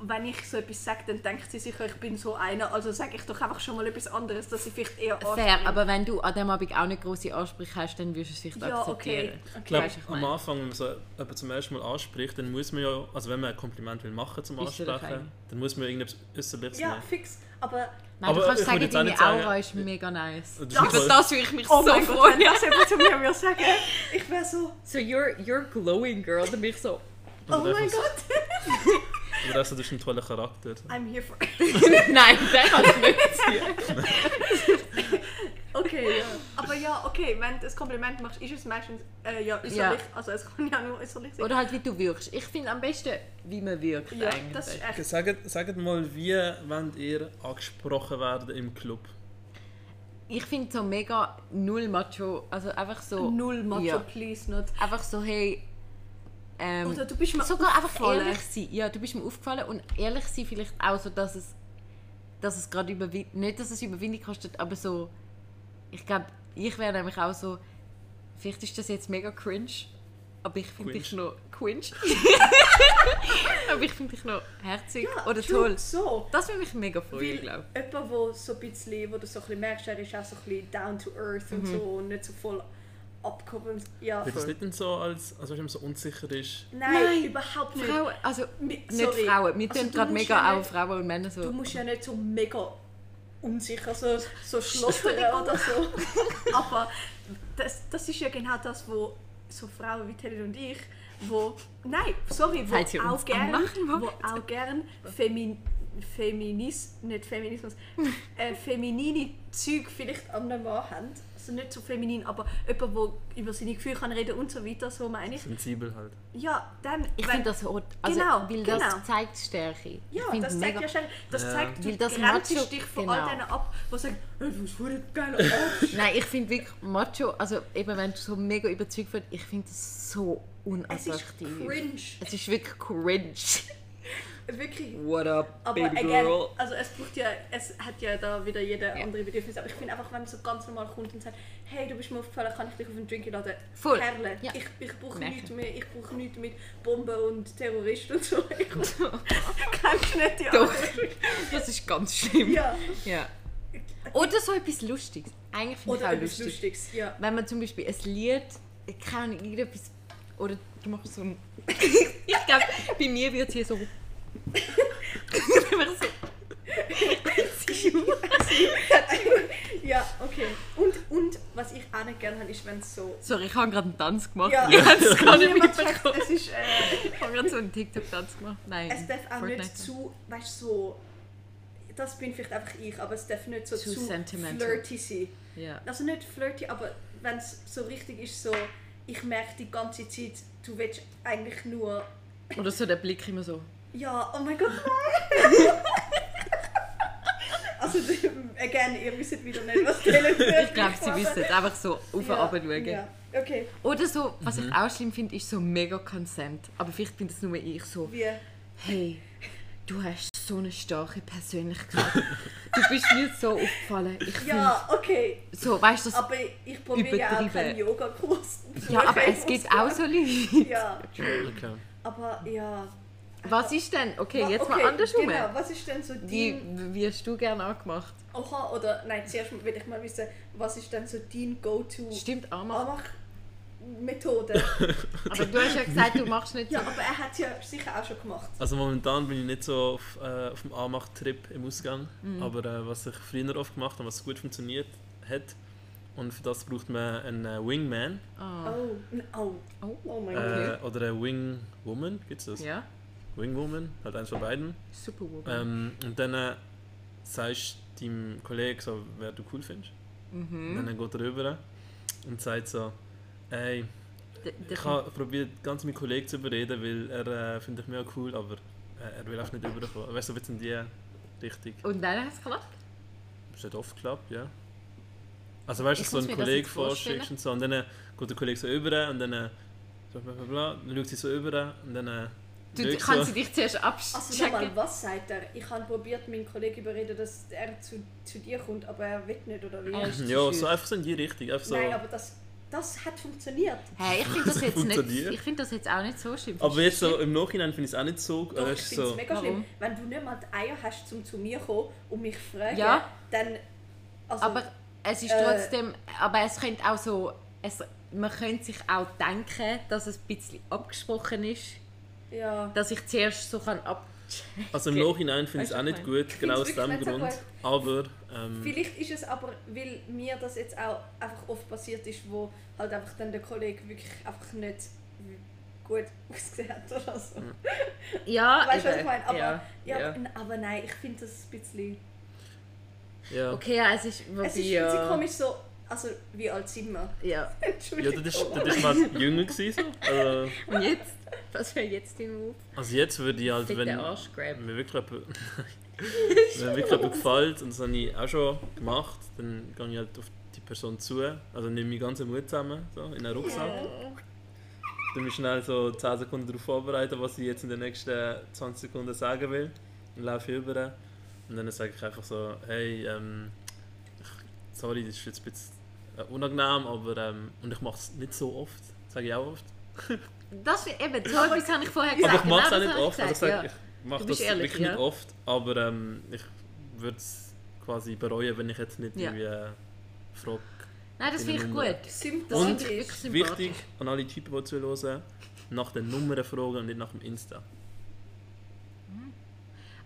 wenn ich so etwas sage, dann denkt sie sich, ja, ich bin so einer, also sage ich doch einfach schon mal etwas anderes, dass ich vielleicht eher
Fair,
anspringe.
aber wenn du an dem Abend auch nicht grosse Ansprüche hast, dann würdest du es vielleicht
ja, okay.
akzeptieren.
Ich glaube,
Weisst du, ich
am
meine.
Anfang, wenn man so jemanden zum ersten Mal anspricht, dann muss man ja, also wenn man ein Kompliment will machen zum
Ist natürlich
Ansprechen, dann muss man irgendetwas Äußerliches
Ja,
nehmen.
fix. Aber
Nein,
Aber
du kannst
ich würde
sagen,
jetzt auch
deine
nicht sagen- Also,
Aura ist mega nice.
Das ist
Über
voll-
das würde ich mich
Oh
so
mein Gott,
freuen.
wenn das jemand zu mir würde sagen, ich wäre so,
So, you're, you're glowing, girl. Dann bin ich so,
oh
Oder
mein
einfach so-
Gott,
Oder also, du bist ein toller Charakter.
I'm here for...
nein, der kann ich nicht sein.
Okay, ja. Aber ja, okay, wenn du ein Kompliment machst, ist es meistens, äh, ja, äußerlich.
Ja.
Also es kann ja nur äußerlich sein.
Oder halt, wie du wirkst. Ich finde am besten, wie man wirkt
ja,
eigentlich.
das ist echt...
Sagt, sagt mal, wie wollt ihr angesprochen werden im Club?
Ich finde so mega null macho, also einfach so...
Null Macho,
Ja.
please not.
Einfach so, hey... Ähm,
Oder du bist mir
sogar einfach
aufgefallen.
ehrlich sein. Ja, du bist mir aufgefallen und ehrlich sein vielleicht auch so, dass es, dass es gerade überwindet, nicht, dass es Überwindung kostet, aber so, ich glaube, ich wäre nämlich auch so, vielleicht ist das jetzt mega cringe, aber ich finde dich noch cringe. aber ich finde dich noch herzig oder
True,
toll.
so.
Das würde mich mega freuen,
Weil
glaube
jemand, wo so ein bisschen, wo du so ein bisschen merkst, er ist auch so ein bisschen down to earth
Mhm.
und so und nicht so voll abgehoben. Ja.
Wird das nicht dann so, als, als wenn man so unsicher ist?
Nein,
Nein.
überhaupt
ich.
nicht.
Frauen, also
Mi-
nicht
sorry.
Frauen, wir
Also
tun
du
gerade
musst
mega
ja
auch
nicht-
Frauen und Männer so.
Du musst ja nicht so mega unsicher, so, so schlottern oder so. Aber das, das ist ja genau das, wo so Frauen wie Telly und ich, wo, nein, sorry, wo
Seid ihr
auch
uns
gern,
anmachen wollt?
wo auch gern Femin, Feminis, nicht Feminismus, äh, feminine Züge vielleicht an den Mann haben. Also nicht so feminin, aber jemand, der über seine Gefühle kann reden und so weiter, so meine ich.
Sensibel halt.
Ja, dann...
ich
wenn-
finde das hot. Also,
Genau,
weil
genau.
das zeigt Stärke.
Ja,
ich find
das zeigt ja schon, das
Ja.
zeigt, du
Weil das
grenzt
Macho-
dich von
genau.
all denen ab, die sagen, hey, du bist voll ein geiler Arsch.
Nein, ich finde wirklich Macho, also eben wenn du so mega überzeugt wirst, ich finde das so
es ist
unattraktiv.
cringe.
Es ist wirklich cringe.
Wirklich.
What up,
Aber
baby
again,
girl?
also es braucht ja, es hat ja da wieder jeder
Ja.
andere Bedürfnis. Aber ich finde einfach, wenn so ganz normal kommt und sagt, hey, du bist mir aufgefallen, kann ich dich auf einen Drink einladen?
Voll.
Perle.
Ja.
Ich, ich brauche
Märchen.
nichts mehr, ich brauche nichts mit Bomben und Terroristen und so. Ich kennst nicht die
Doch.
anderen.
Das ist ganz schlimm.
Ja.
Ja. Oder so etwas Lustiges. Eigentlich finde ich
Oder
auch
etwas
lustig.
Lustiges. Ja.
Wenn man zum Beispiel ein Lied, keine Ahnung, irgendetwas. Oder du machst so ein. ich glaube, bei mir wird es hier so. Einfach so.
ja, okay. Und, und was ich auch nicht gerne habe, ist, wenn es so.
Sorry, ich habe gerade einen Tanz gemacht.
Ja.
Ja. Ich habe es gar nicht
Niemand checkt,
mitbekommen.
es ist. Äh,
Ich habe gerade so einen TikTok-Tanz gemacht. Nein.
Es darf auch
Fortnite.
nicht zu, weißt du, so. Das bin vielleicht einfach ich, aber es darf nicht so
Zu
zu,
sentimental.
flirty sein.
Ja.
Also nicht flirty, aber wenn es so richtig ist, so. Ich merke die ganze Zeit, du willst eigentlich nur.
Oder so der Blick immer so.
Ja, oh mein Gott, nein! also, again, ihr wisst wieder nicht, was die
Ich glaube, sie wissen es. Einfach so auf und ab schauen.
Ja, okay.
Oder so, was ich auch schlimm finde, ist so mega Consent. Aber vielleicht bin das nur ich so.
Wir.
hey, du hast so eine starke Persönlichkeit. Du bist mir so aufgefallen. Ich finde,
Ja, okay.
so, weißt du, das-
Aber ich probiere ja auch keinen
Übertrieben.
Yoga-Kurs.
ja, aber es gibt auch so Leute.
Ja,
Okay.
aber ja.
Was ist denn, okay,
Wa-
jetzt
okay,
mal andersrum.
Genau, was ist denn so
Wie
dein...
wirst du gerne angemacht?
Oha, oder nein, zuerst will ich mal wissen, was ist denn so dein Go-To...
Stimmt, Arma.
Anmach-Methode?
Aber du hast ja gesagt, du machst nicht so.
Oh. ja, aber er hat es ja sicher auch schon gemacht.
Also momentan bin ich nicht so auf, äh, auf dem Anmach-Trip im Ausgang,
Mhm.
aber äh, was ich früher oft gemacht habe, was gut funktioniert hat, und für das braucht man einen äh, Wingman
Ah,
Oh, n- oh.
Oh.
Oh mein
Okay.
äh, oder eine Wingwoman, gibt's das?
ja,
Wingwoman, halt eins von beiden.
super gut.
Ähm, und dann äh, sagst du deinem Kollegen, so, wer du cool findest.
Mhm.
Und dann geht er rüber und sagt so, ey,
D- d-
ich habe probiert, ganz meinen Kollegen zu überreden, weil er äh, findet mich auch cool, aber äh, er will einfach nicht rüberkommen. Weißt du, so ein bisschen die Richtung.
Und dann hast du geklappt?
Das hat oft geklappt, ja. Also weißt du,
Ich
so
muss
einen
mir das
Kollegen
jetzt vorstellen.
vorschickst und so, und dann äh, geht der Kollege so über und dann äh, so bla bla bla, dann schaut sie so über und dann äh,
Du
schaut
kannst
so,
sie dich zuerst
Also nochmal,
abchecken.
was sagt er? Ich habe probiert, meinen Kollegen überreden, dass er zu, zu dir kommt, aber er will nicht, oder wie?
Ah, ist zu
Ja, so
schön.
einfach so in die Richtung, einfach so.
Nein, aber das, das hat funktioniert.
Hey, ich finde das, jetzt nicht-
Funktioniert.
ich find das jetzt auch nicht so schlimm.
Aber jetzt so im Nachhinein finde ich es auch nicht so.
Doch,
äh,
ich
ist
finde es
so
mega
Warum?
schlimm. Wenn du nicht mal die Eier hast, um zu mir zu kommen und mich zu fragen,
Ja.
dann... Also,
Aber es ist
Äh.
trotzdem, aber es könnte auch so, es, man könnte sich auch denken, dass es ein bisschen abgesprochen ist,
ja.
dass ich zuerst so kann ab...
also im Nachhinein finde ich es auch nicht gut, genau aus
find's
dem
wirklich
Grund.
nicht so
Aber ähm,
Vielleicht ist es aber, weil mir das jetzt auch einfach oft passiert ist, wo halt einfach dann der Kollege wirklich einfach nicht gut ausgesehen hat oder so.
Ja,
Weißt du,
Ah,
was
eben,
ich meine? Aber,
ja,
ja,
ja.
n- aber nein, ich finde das ein bisschen...
ja.
Okay, ja, es ist... Wobei,
Es ist ein bisschen
ja,
komisch so, also wie alt sind wir?
ja.
Ja,
Entschuldigung.
das ist, das ist mal jünger gewesen. So. Also,
Und jetzt? Was wäre jetzt dein Move?
also jetzt würde ich halt,
Fick
wenn
den
mir
Arsch grab.
wirklich jemand- wenn mir wirklich jemand gefällt, und das habe ich auch schon gemacht, dann gehe ich halt auf die Person zu. Also nehme meinen ganzen Mut zusammen, so, in einen Rucksack. Du musst schnell so 10 Sekunden darauf vorbereiten, was ich jetzt in den nächsten 20 Sekunden sagen will. Dann laufe ich über und dann sage ich einfach so, hey, ähm, ich- sorry, das ist jetzt ein bisschen äh, unangenehm, aber ähm, und ich mache es nicht so oft, sage ich auch oft.
Das ist eben, so etwas habe ich vorher gesagt.
Aber ich mache es
genau
auch
das habe ich
nicht oft, also
gesagt,
ich sage,
ja.
ich
Du
mache
bist
das
ehrlich,
wirklich
ja.
nicht oft, aber ähm, ich würde es quasi bereuen, wenn ich jetzt nicht
Ja.
irgendwie äh, frage.
Nein, das finde ich
Nummer.
gut. Das
Und-
finde ich
Sympathisch.
wirklich sympathisch.
Wichtig an alle Typen, die zuhören, nach den Nummern fragen und nicht nach dem Insta.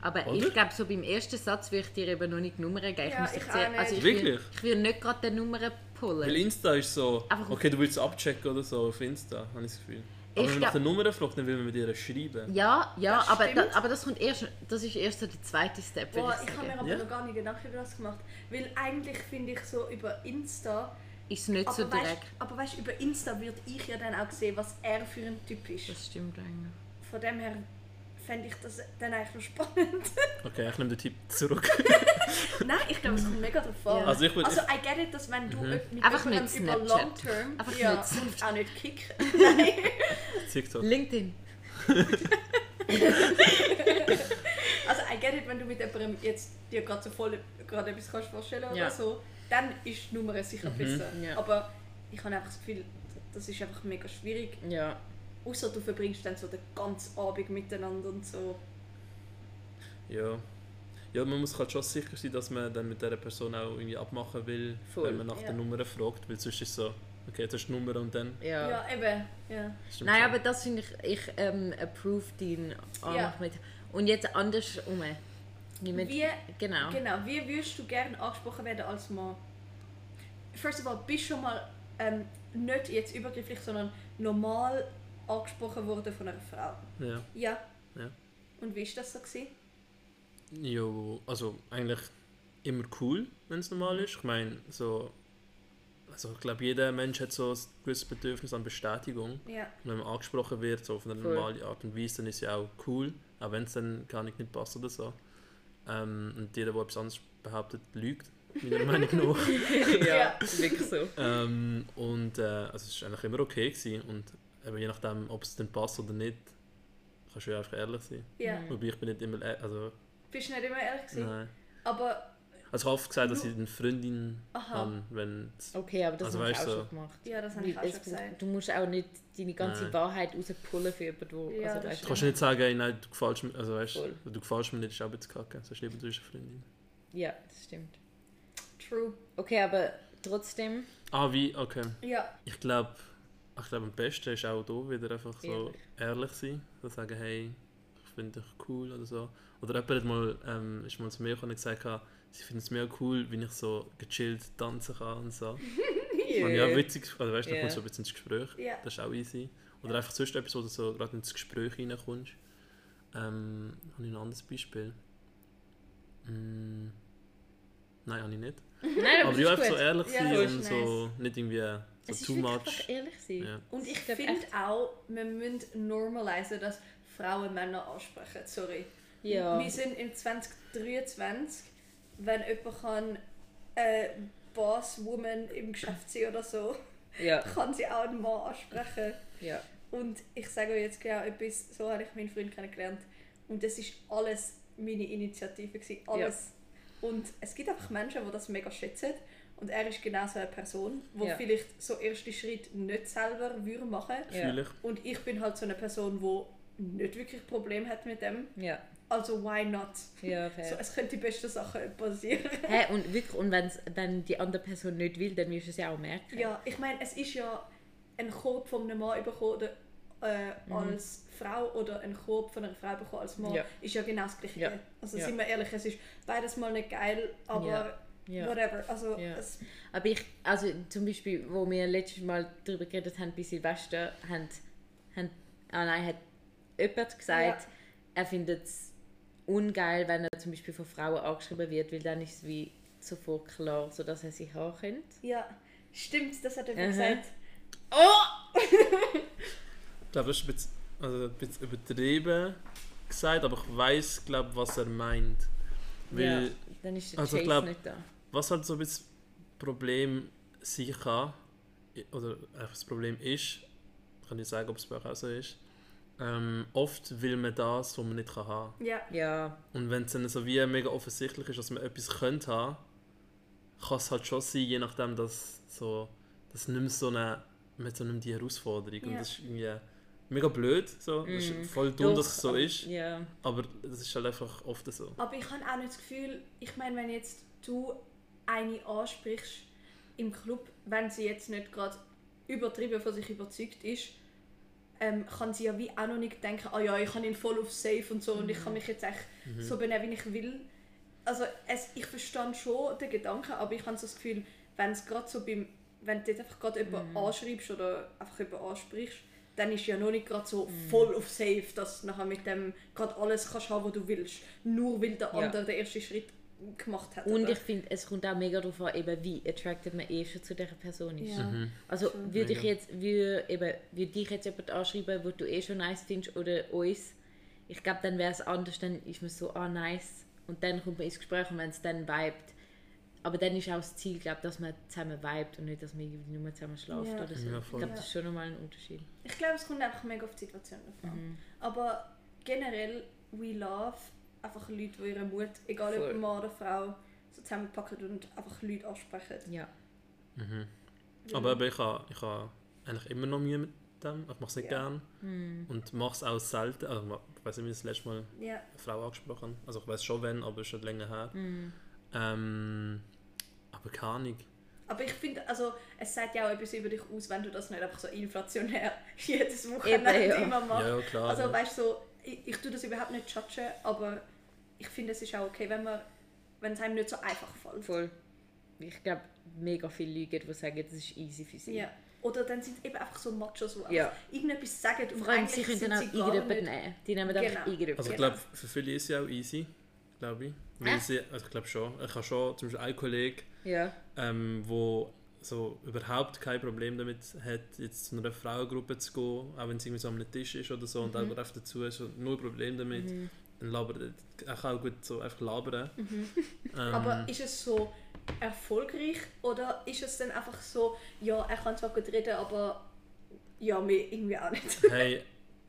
Aber
Oder?
ich glaube, so beim ersten Satz würde ich dir eben noch nicht die Nummern geben. Ich
Ja,
muss dich
ich auch
zuerst-
nicht.
Also ich Will,
Wirklich?
ich will nicht gerade die Nummern pullen.
Weil Insta ist so,
Einfach auf-
okay, du willst es abchecken oder so auf Insta, habe ich das Gefühl. Aber
Ich
wenn man
glaub-
nach den Nummern fragt, dann will man mit ihr schreiben.
Ja, ja,
Das
aber, da,
stimmt.
aber das kommt erst, das ist erst so der zweite Step, würde
Boah,
ich
ich habe mir
sagen.
aber
Ja.
noch gar nicht Gedanken über das gemacht. Weil eigentlich finde ich so über Insta...
Ist nicht so
Aber weißt,
direkt.
aber weißt, über Insta würde ich ja dann auch sehen, was er für ein Typ ist.
Das stimmt eigentlich.
Von dem her fände ich das dann eigentlich noch spannend.
Okay, ich nehme den Tipp zurück.
Nein, ich glaube, es kommt mega drauf an.
Also ich würd- Mhm.
also I get it, dass wenn du mit
Einfach
jemandem
nicht
über
Snapchat.
Long Term
Einfach
ja,
nicht
und auch nicht kicken.
TikTok.
LinkedIn.
Also, geredet, wenn du mit jemandem jetzt dir gerade so voll gerade etwas kannst vorstellen kannst
Ja.
oder so, dann ist die Nummer sicher
Mhm.
besser.
ja.
Aber ich habe einfach das Gefühl, das ist einfach mega schwierig.
Ja.
Außer du verbringst dann so den ganzen Abend miteinander und so.
Ja. Ja, man muss halt schon sicher sein, dass man dann mit dieser Person auch irgendwie abmachen will,
Voll.
wenn man nach
Ja.
der Nummer fragt, weil sonst ist es so, okay, jetzt hast du die Nummer und dann
Ja.
Ja, eben. Ja.
stimmt
Nein,
schon.
aber das finde ich, ich ähm, approve deinen Anmach mit. Und jetzt andersrum. Niemand,
Wie,
genau.
genau, wie würdest du gerne angesprochen werden als Mann? First of all, bist du schon mal ähm, nicht jetzt übergrifflich, sondern normal angesprochen worden von einer Frau?
Ja.
Ja.
Ja.
Und wie war das so? Gewesen?
Jo, also eigentlich immer cool, wenn es normal ist. Ich meine, so. Also ich glaube, jeder Mensch hat so ein gewisses Bedürfnis an Bestätigung.
Ja.
Und wenn man angesprochen wird, so auf eine
Voll.
normale Art und Weise, dann ist ja auch cool, auch wenn es dann gar nicht, nicht passt oder so. Ähm, und jeder, der etwas anderes behauptet, lügt, meiner Meinung nach.
ja, wirklich so.
Ähm, und äh, also es war eigentlich immer okay. Gewesen. Und eben, je nachdem, ob es dann passt oder nicht, kannst du ja einfach ehrlich sein.
ja.
Mhm.
Wobei ich bin nicht immer ehr- also
Bist du nicht immer ehrlich gewesen?
Mhm. nein.
Aber
Also ich habe oft gesagt, dass ich eine Freundin
Aha.
habe, wenn
Okay, aber das
Also
habe ich auch
weißt du-
schon gemacht.
ja, das habe
Weil
ich auch schon
es-
gesagt.
Du musst auch nicht deine ganze
Nein.
Wahrheit rauspullen für jemanden,
Ja,
ja, also,
das
weißt
Du kannst nicht sagen, ey, nein, du gefällst mir, also weißt,
Voll.
du gefällst mir nicht, ist auch ein bisschen kacke. Sonst lieber du bist eine Freundin.
du. Ja, das stimmt.
True.
Okay, aber trotzdem,
Ah, wie? Okay.
Ja.
Ich glaube, ich glaube am besten ist auch da wieder einfach so
Ehrlich.
ehrlich, sein. So sagen, hey, ich finde dich cool oder so. Oder jemand hat mal, ähm, ist mal zu mir gekommen und gesagt, ah, sie finden es mega cool, wenn ich so gechillt tanzen kann und so. Und ja, witzig, also weißt du, da
Ja.
kommst du so ein bisschen ins Gespräch.
Ja.
Das ist auch easy. Oder einfach sonst etwas, wo du so gerade ins Gespräch reinkommst. Ähm, habe ich ein anderes Beispiel? Mm, nein, habe ich nicht.
Nein, aber,
Aber ja,
ist
einfach
gut.
so ehrlich
Ja,
sein
voll
und so nicht irgendwie so
es ist
too
wirklich
much.
einfach ehrlich sein.
Ja.
Und ich,
glaub
finde auch, wir müssen normalisieren, dass Frauen Männer ansprechen. Sorry.
Ja.
Wir sind im 2023, wenn jemand kann, äh, Boss-Woman im Geschäft sein oder so,
Ja,
kann sie auch einen Mann ansprechen.
ja.
Und ich sage euch jetzt genau etwas, so habe ich meinen Freund kennengelernt. Und das ist alles meine Initiative, gewesen, alles. Und es gibt einfach Menschen, die das mega schätzen. Und er ist genau so eine Person, die
Ja.
vielleicht so erste Schritt nicht selber würde machen
Ja.
Fühle ich.
Und ich bin halt so eine Person, die nicht wirklich Problem hat mit dem.
Ja,
Also why not?
ja,
So,
fair.
es könnte die beste Sache passieren.
Hä, und wirklich, und wenn's, wenn die andere Person nicht will, dann wirst du es ja auch merken.
Ja, ich meine, es ist ja ein Korb von einem Mann bekommen oder, äh, als Frau oder ein Korb von einer Frau bekommen als Mann.
Mhm. Ja.
Ist ja genau das Gleiche.
Ja.
Also
Ja.
sind wir ehrlich, es ist beides mal nicht geil, aber
Ja. Ja.
whatever. Also
Ja.
es,
Aber ich, also zum Beispiel, wo wir letztes Mal darüber geredet haben, bei Silvester, haben, haben ah nein, hat jemand gesagt,
Ja.
er findet es ungeil, wenn er zum Beispiel von Frauen angeschrieben wird, weil dann ist es wie sofort klar, sodass er sie haben könnte.
ja, stimmt, das hat er
Aha.
gesagt. Oh!
Ich glaube, das ist ein bisschen, also ein bisschen übertrieben gesagt, aber ich weiß, glaube was er meint. Weil
ja, dann ist der
also ich
Chase
glaub-
nicht da.
was halt so ein bisschen Problem sein kann, oder einfach das Problem ist, kann ich sagen, ob es bei euch auch so ist, ähm, oft will man das, was man nicht kann haben
Ja,
Ja,
Und wenn es dann so wie mega offensichtlich ist, dass man etwas könnte haben, kann es halt schon sein, je nachdem, dass so, dass nicht mehr so eine, mit so einem die Herausforderung. Und
Ja.
das ist irgendwie mega blöd, so. Das ist voll dumm,
Doch,
dass es so
aber-
ist,
ja.
aber das ist halt einfach oft so.
aber ich habe auch nicht das Gefühl, ich meine, wenn jetzt du eine ansprichst im Club, wenn sie jetzt nicht gerade übertrieben von sich überzeugt ist, ähm, kann sie ja wie auch noch nicht denken, ah ja, ich habe ihn voll auf safe und so und ich kann
Mhm.
mich jetzt echt so benehmen, wie ich will. Also es, ich verstehe schon den Gedanken, aber ich habe so das Gefühl, wenn es gerade so beim, wenn du dort einfach gerade jemanden
Mhm.
anschreibst oder einfach jemanden ansprichst, dann ist ja noch nicht gerade so
Mhm.
voll auf safe, dass du nachher mit dem gerade alles kannst haben, was du willst. Nur weil der
Ja.
andere den ersten Schritt gemacht hat.
Und
oder?
ich finde, es kommt auch mega darauf an, eben, wie attracted man eh schon zu dieser Person ist.
ja.
Also würde ich
Mega.
jetzt, würde, eben, würde dich jetzt jemand anschreiben, wo du eh schon nice findest oder uns, ich glaube, dann wäre es anders, dann ist man so, ah nice und dann kommt man ins Gespräch und wenn es dann vibet, aber dann ist auch das Ziel, glaube dass man zusammen vibet und nicht, dass man irgendwie nur zusammen schlaft
Ja.
oder so.
Ja,
ich
voll.
glaube, das ist schon nochmal ein Unterschied. Mhm.
Ich glaube, es kommt einfach mega auf die Situation drauf an. Aber generell, we love einfach Leute, die ihren Mut, egal
Voll.
ob Mann oder Frau, so zusammenpacken und einfach Leute ansprechen.
Ja.
Aber, aber ich habe ich ha eigentlich immer noch Mühe mit dem. Ich mache es nicht
Ja.
gern. Und mache es auch selten. Also, ich weiß nicht, wie ich das letzte Mal
Ja.
eine Frau angesprochen habe. Also ich weiß schon wann, aber ist schon länger her. Ähm, aber keine Ahnung.
Aber ich finde, also, es sagt ja auch etwas über dich aus, wenn du das nicht einfach so inflationär jedes Wochenende
Eben, ja.
immer machst.
Ja, ja, klar.
Also
ja.
weißt du, so, ich, ich tue das überhaupt nicht judgen, aber ich finde, es ist auch okay, wenn man wenn es einem nicht so einfach fällt.
Voll. Ich glaube, mega viele Leute, gibt, die sagen, das ist easy für sie.
Ja. Oder dann sind eben einfach so Machos, die einfach
Ja.
irgendetwas sagen und
Vor allem, sie können
eigentlich sind
dann auch
sie gar
irgendjemanden
nicht-
nehmen. Die nehmen einfach
Genau.
irgendjemanden.
Also ich
Genau.
glaube, für viele ist es ja auch easy, glaube ich. Weil
Ja.
sie, also ich glaube schon. Ich habe schon zum Beispiel einen Kollegen,
ja.
ähm, wo so überhaupt kein Problem damit hat, jetzt zu einer Frauengruppe zu gehen, auch wenn es irgendwie so am Tisch ist oder so und mhm. einfach dazu ist und nur ein Problem damit. Dann labert er- er kann auch gut so einfach labern. Ähm,
Aber ist es so erfolgreich oder ist es dann einfach so, ja, er kann zwar gut reden, aber ja, mir irgendwie auch nicht.
hey,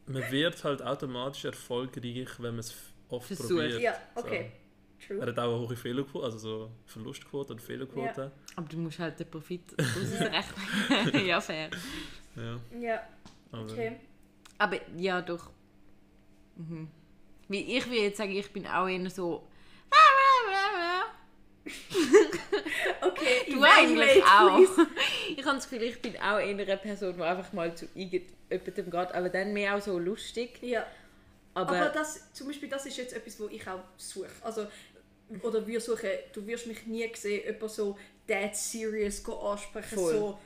man wird halt automatisch erfolgreich, wenn man es f- oft
Versucht.
probiert.
ja, okay.
So. Er
True.
hat auch eine hohe Fehlerquote, also so Verlustquote und Fehlerquote.
Aber du musst halt den Profit ausrechnen. ja, fair.
Ja.
Ja,
aber,
okay.
Aber ja, doch. Mhm. Weil ich will jetzt sagen, ich bin auch eher so.
Okay,
Du eigentlich
evaluate,
auch.
please.
Ich habe das Gefühl, ich bin auch eher eine Person, die einfach mal zu irgendjemandem geht, aber dann mehr auch so lustig.
Ja.
Aber,
Aber, das, zum Beispiel, das ist jetzt etwas, wo ich auch suche. Also, oder wir suchen, du wirst mich nie sehen, jemand so dead serious go ansprechen,
Voll.
so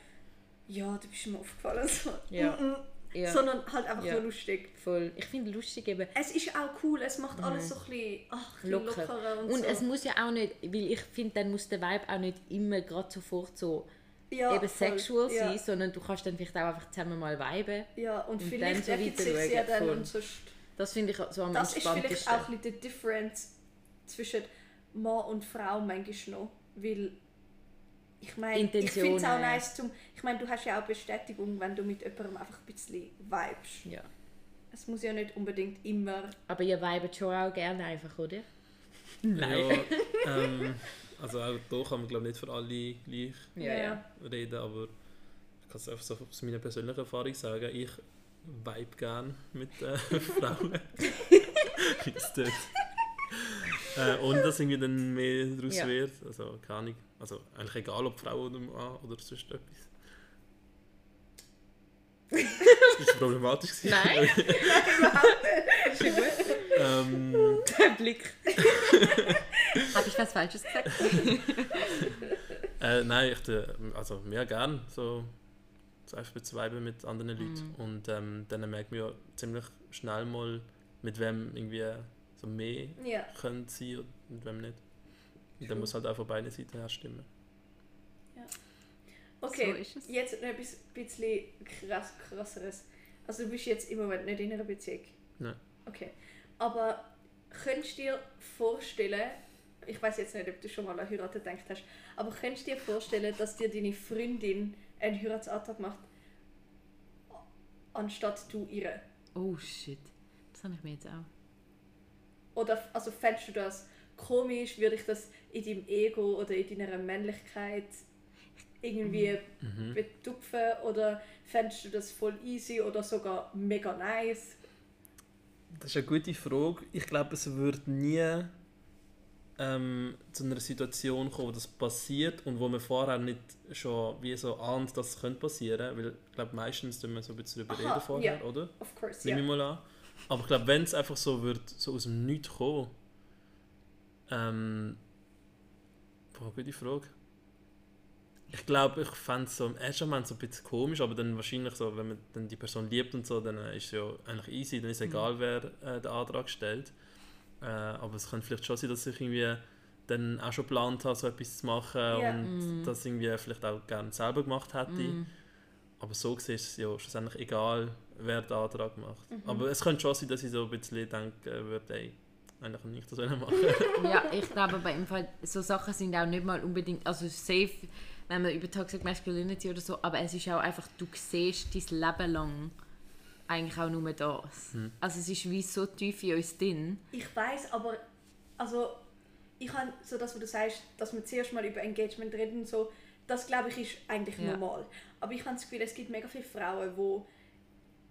ja, du bist mir aufgefallen. So.
Ja.
Mm-mm.
ja,
Sondern halt einfach
Ja.
nur lustig.
voll. Ich finde lustig eben.
Es ist auch cool, es macht alles so ein bisschen, ach, ein bisschen
Locker.
lockerer und,
Mhm. Und
so.
es muss ja auch nicht, weil ich finde, dann muss der Vibe auch nicht immer gerade sofort so
ja,
eben
voll.
sexual
ja.
sein, sondern du kannst dann vielleicht auch einfach zusammen mal viben.
Ja, und,
dann
vielleicht
so
ergibt sich
weiter schauen,
ja dann
voll.
und sonst.
Das finde ich so am
Das ist
entspanntesten.
vielleicht auch ein bisschen die Difference zwischen Mann und Frau manchmal noch, weil ich meine, ich finde es auch
Intentionen.
nice zum, ich meine, du hast ja auch Bestätigung, wenn du mit jemandem einfach ein bisschen vibest.
ja.
Es muss ja nicht unbedingt immer,
Aber ihr weibt schon auch gerne einfach, oder?
Ja, ähm, also auch da kann man glaube nicht für alle gleich
Ja, ja.
reden, aber ich kann es einfach so aus meiner persönlichen Erfahrung sagen, ich vibe gerne mit äh, Frauen. Wie das tut. Äh, ohne dass irgendwie dann mehr daraus
Ja.
wird. Also keine Ahnung. Also eigentlich egal ob Frau oder Mann oder sonst etwas. Das war problematisch. gewesen.
Nein.
ähm,
Der Blick. Habe ich was Falsches gesagt?
Äh, nein, ich tue, also ja gern so so einfach bezweiben mit anderen
Mhm.
Leuten und ähm, dann merkt man ja ziemlich schnell mal mit wem irgendwie so mehr
ja,
können sein und mit wem nicht. Und dann muss halt auch von beiden Seiten her stimmen.
okay.
So ist es.
Jetzt noch etwas bisschen krass, krasseres. Also du bist jetzt im Moment nicht in einer Beziehung.
Nein.
Okay. Aber könntest du dir vorstellen, ich weiß jetzt nicht, ob du schon mal an Heirat gedacht hast, aber könntest du dir vorstellen, dass dir deine Freundin einen Heiratsantrag macht, anstatt du ihre?
Oh shit. Das habe ich mir jetzt auch.
Oder f- also fändest du das komisch? Würde ich das in deinem Ego oder in deiner Männlichkeit irgendwie
Mhm.
Mhm. betupfen? Oder fändest du das voll easy oder sogar mega nice?
Das ist eine gute Frage. Ich glaube, es wird nie ähm, zu einer Situation kommen, wo das passiert und wo man vorher nicht schon wie so ahnt, dass es könnte passieren könnte. Weil ich glaube, meistens tun wir so ein bisschen darüber
Aha,
reden vorher,
ja.
oder?
Of course, ja.
Nehme ich mal an. Aber ich glaube, wenn es einfach so wird, so aus dem Nichts kommen. Ähm. Boah, gute Frage. Ich glaube, ich fände es so im ersten Moment so ein bisschen komisch, aber dann wahrscheinlich so, wenn man dann die Person liebt und so, dann äh, ist es ja eigentlich easy, dann ist es
Mhm.
egal, wer äh, den Antrag stellt. Äh, aber es könnte vielleicht schon sein, dass ich irgendwie dann auch schon geplant habe, so etwas zu machen
Ja.
Mm,
Mhm.
und das irgendwie vielleicht auch gerne selber gemacht hätte. Aber so gesehen ist es ja schlussendlich egal, wer den Antrag macht.
Mhm.
Aber es könnte schon sein, dass ich so ein bisschen denke, äh, würde, ey, eigentlich nicht das machen sollen.
Ja, ich glaube aber im Fall, so Sachen sind auch nicht mal unbedingt, also safe, wenn man über Toxic Masculinity oder so, aber es ist auch einfach, du siehst dein Leben lang Hm. eigentlich auch nur das. Also es ist wie so tief in uns drin.
Ich weiß, aber also ich habe so das, was du sagst, dass wir zuerst mal über Engagement reden, so, das glaube ich ist eigentlich
Ja.
normal. Aber ich habe das Gefühl, es gibt mega viele Frauen, wo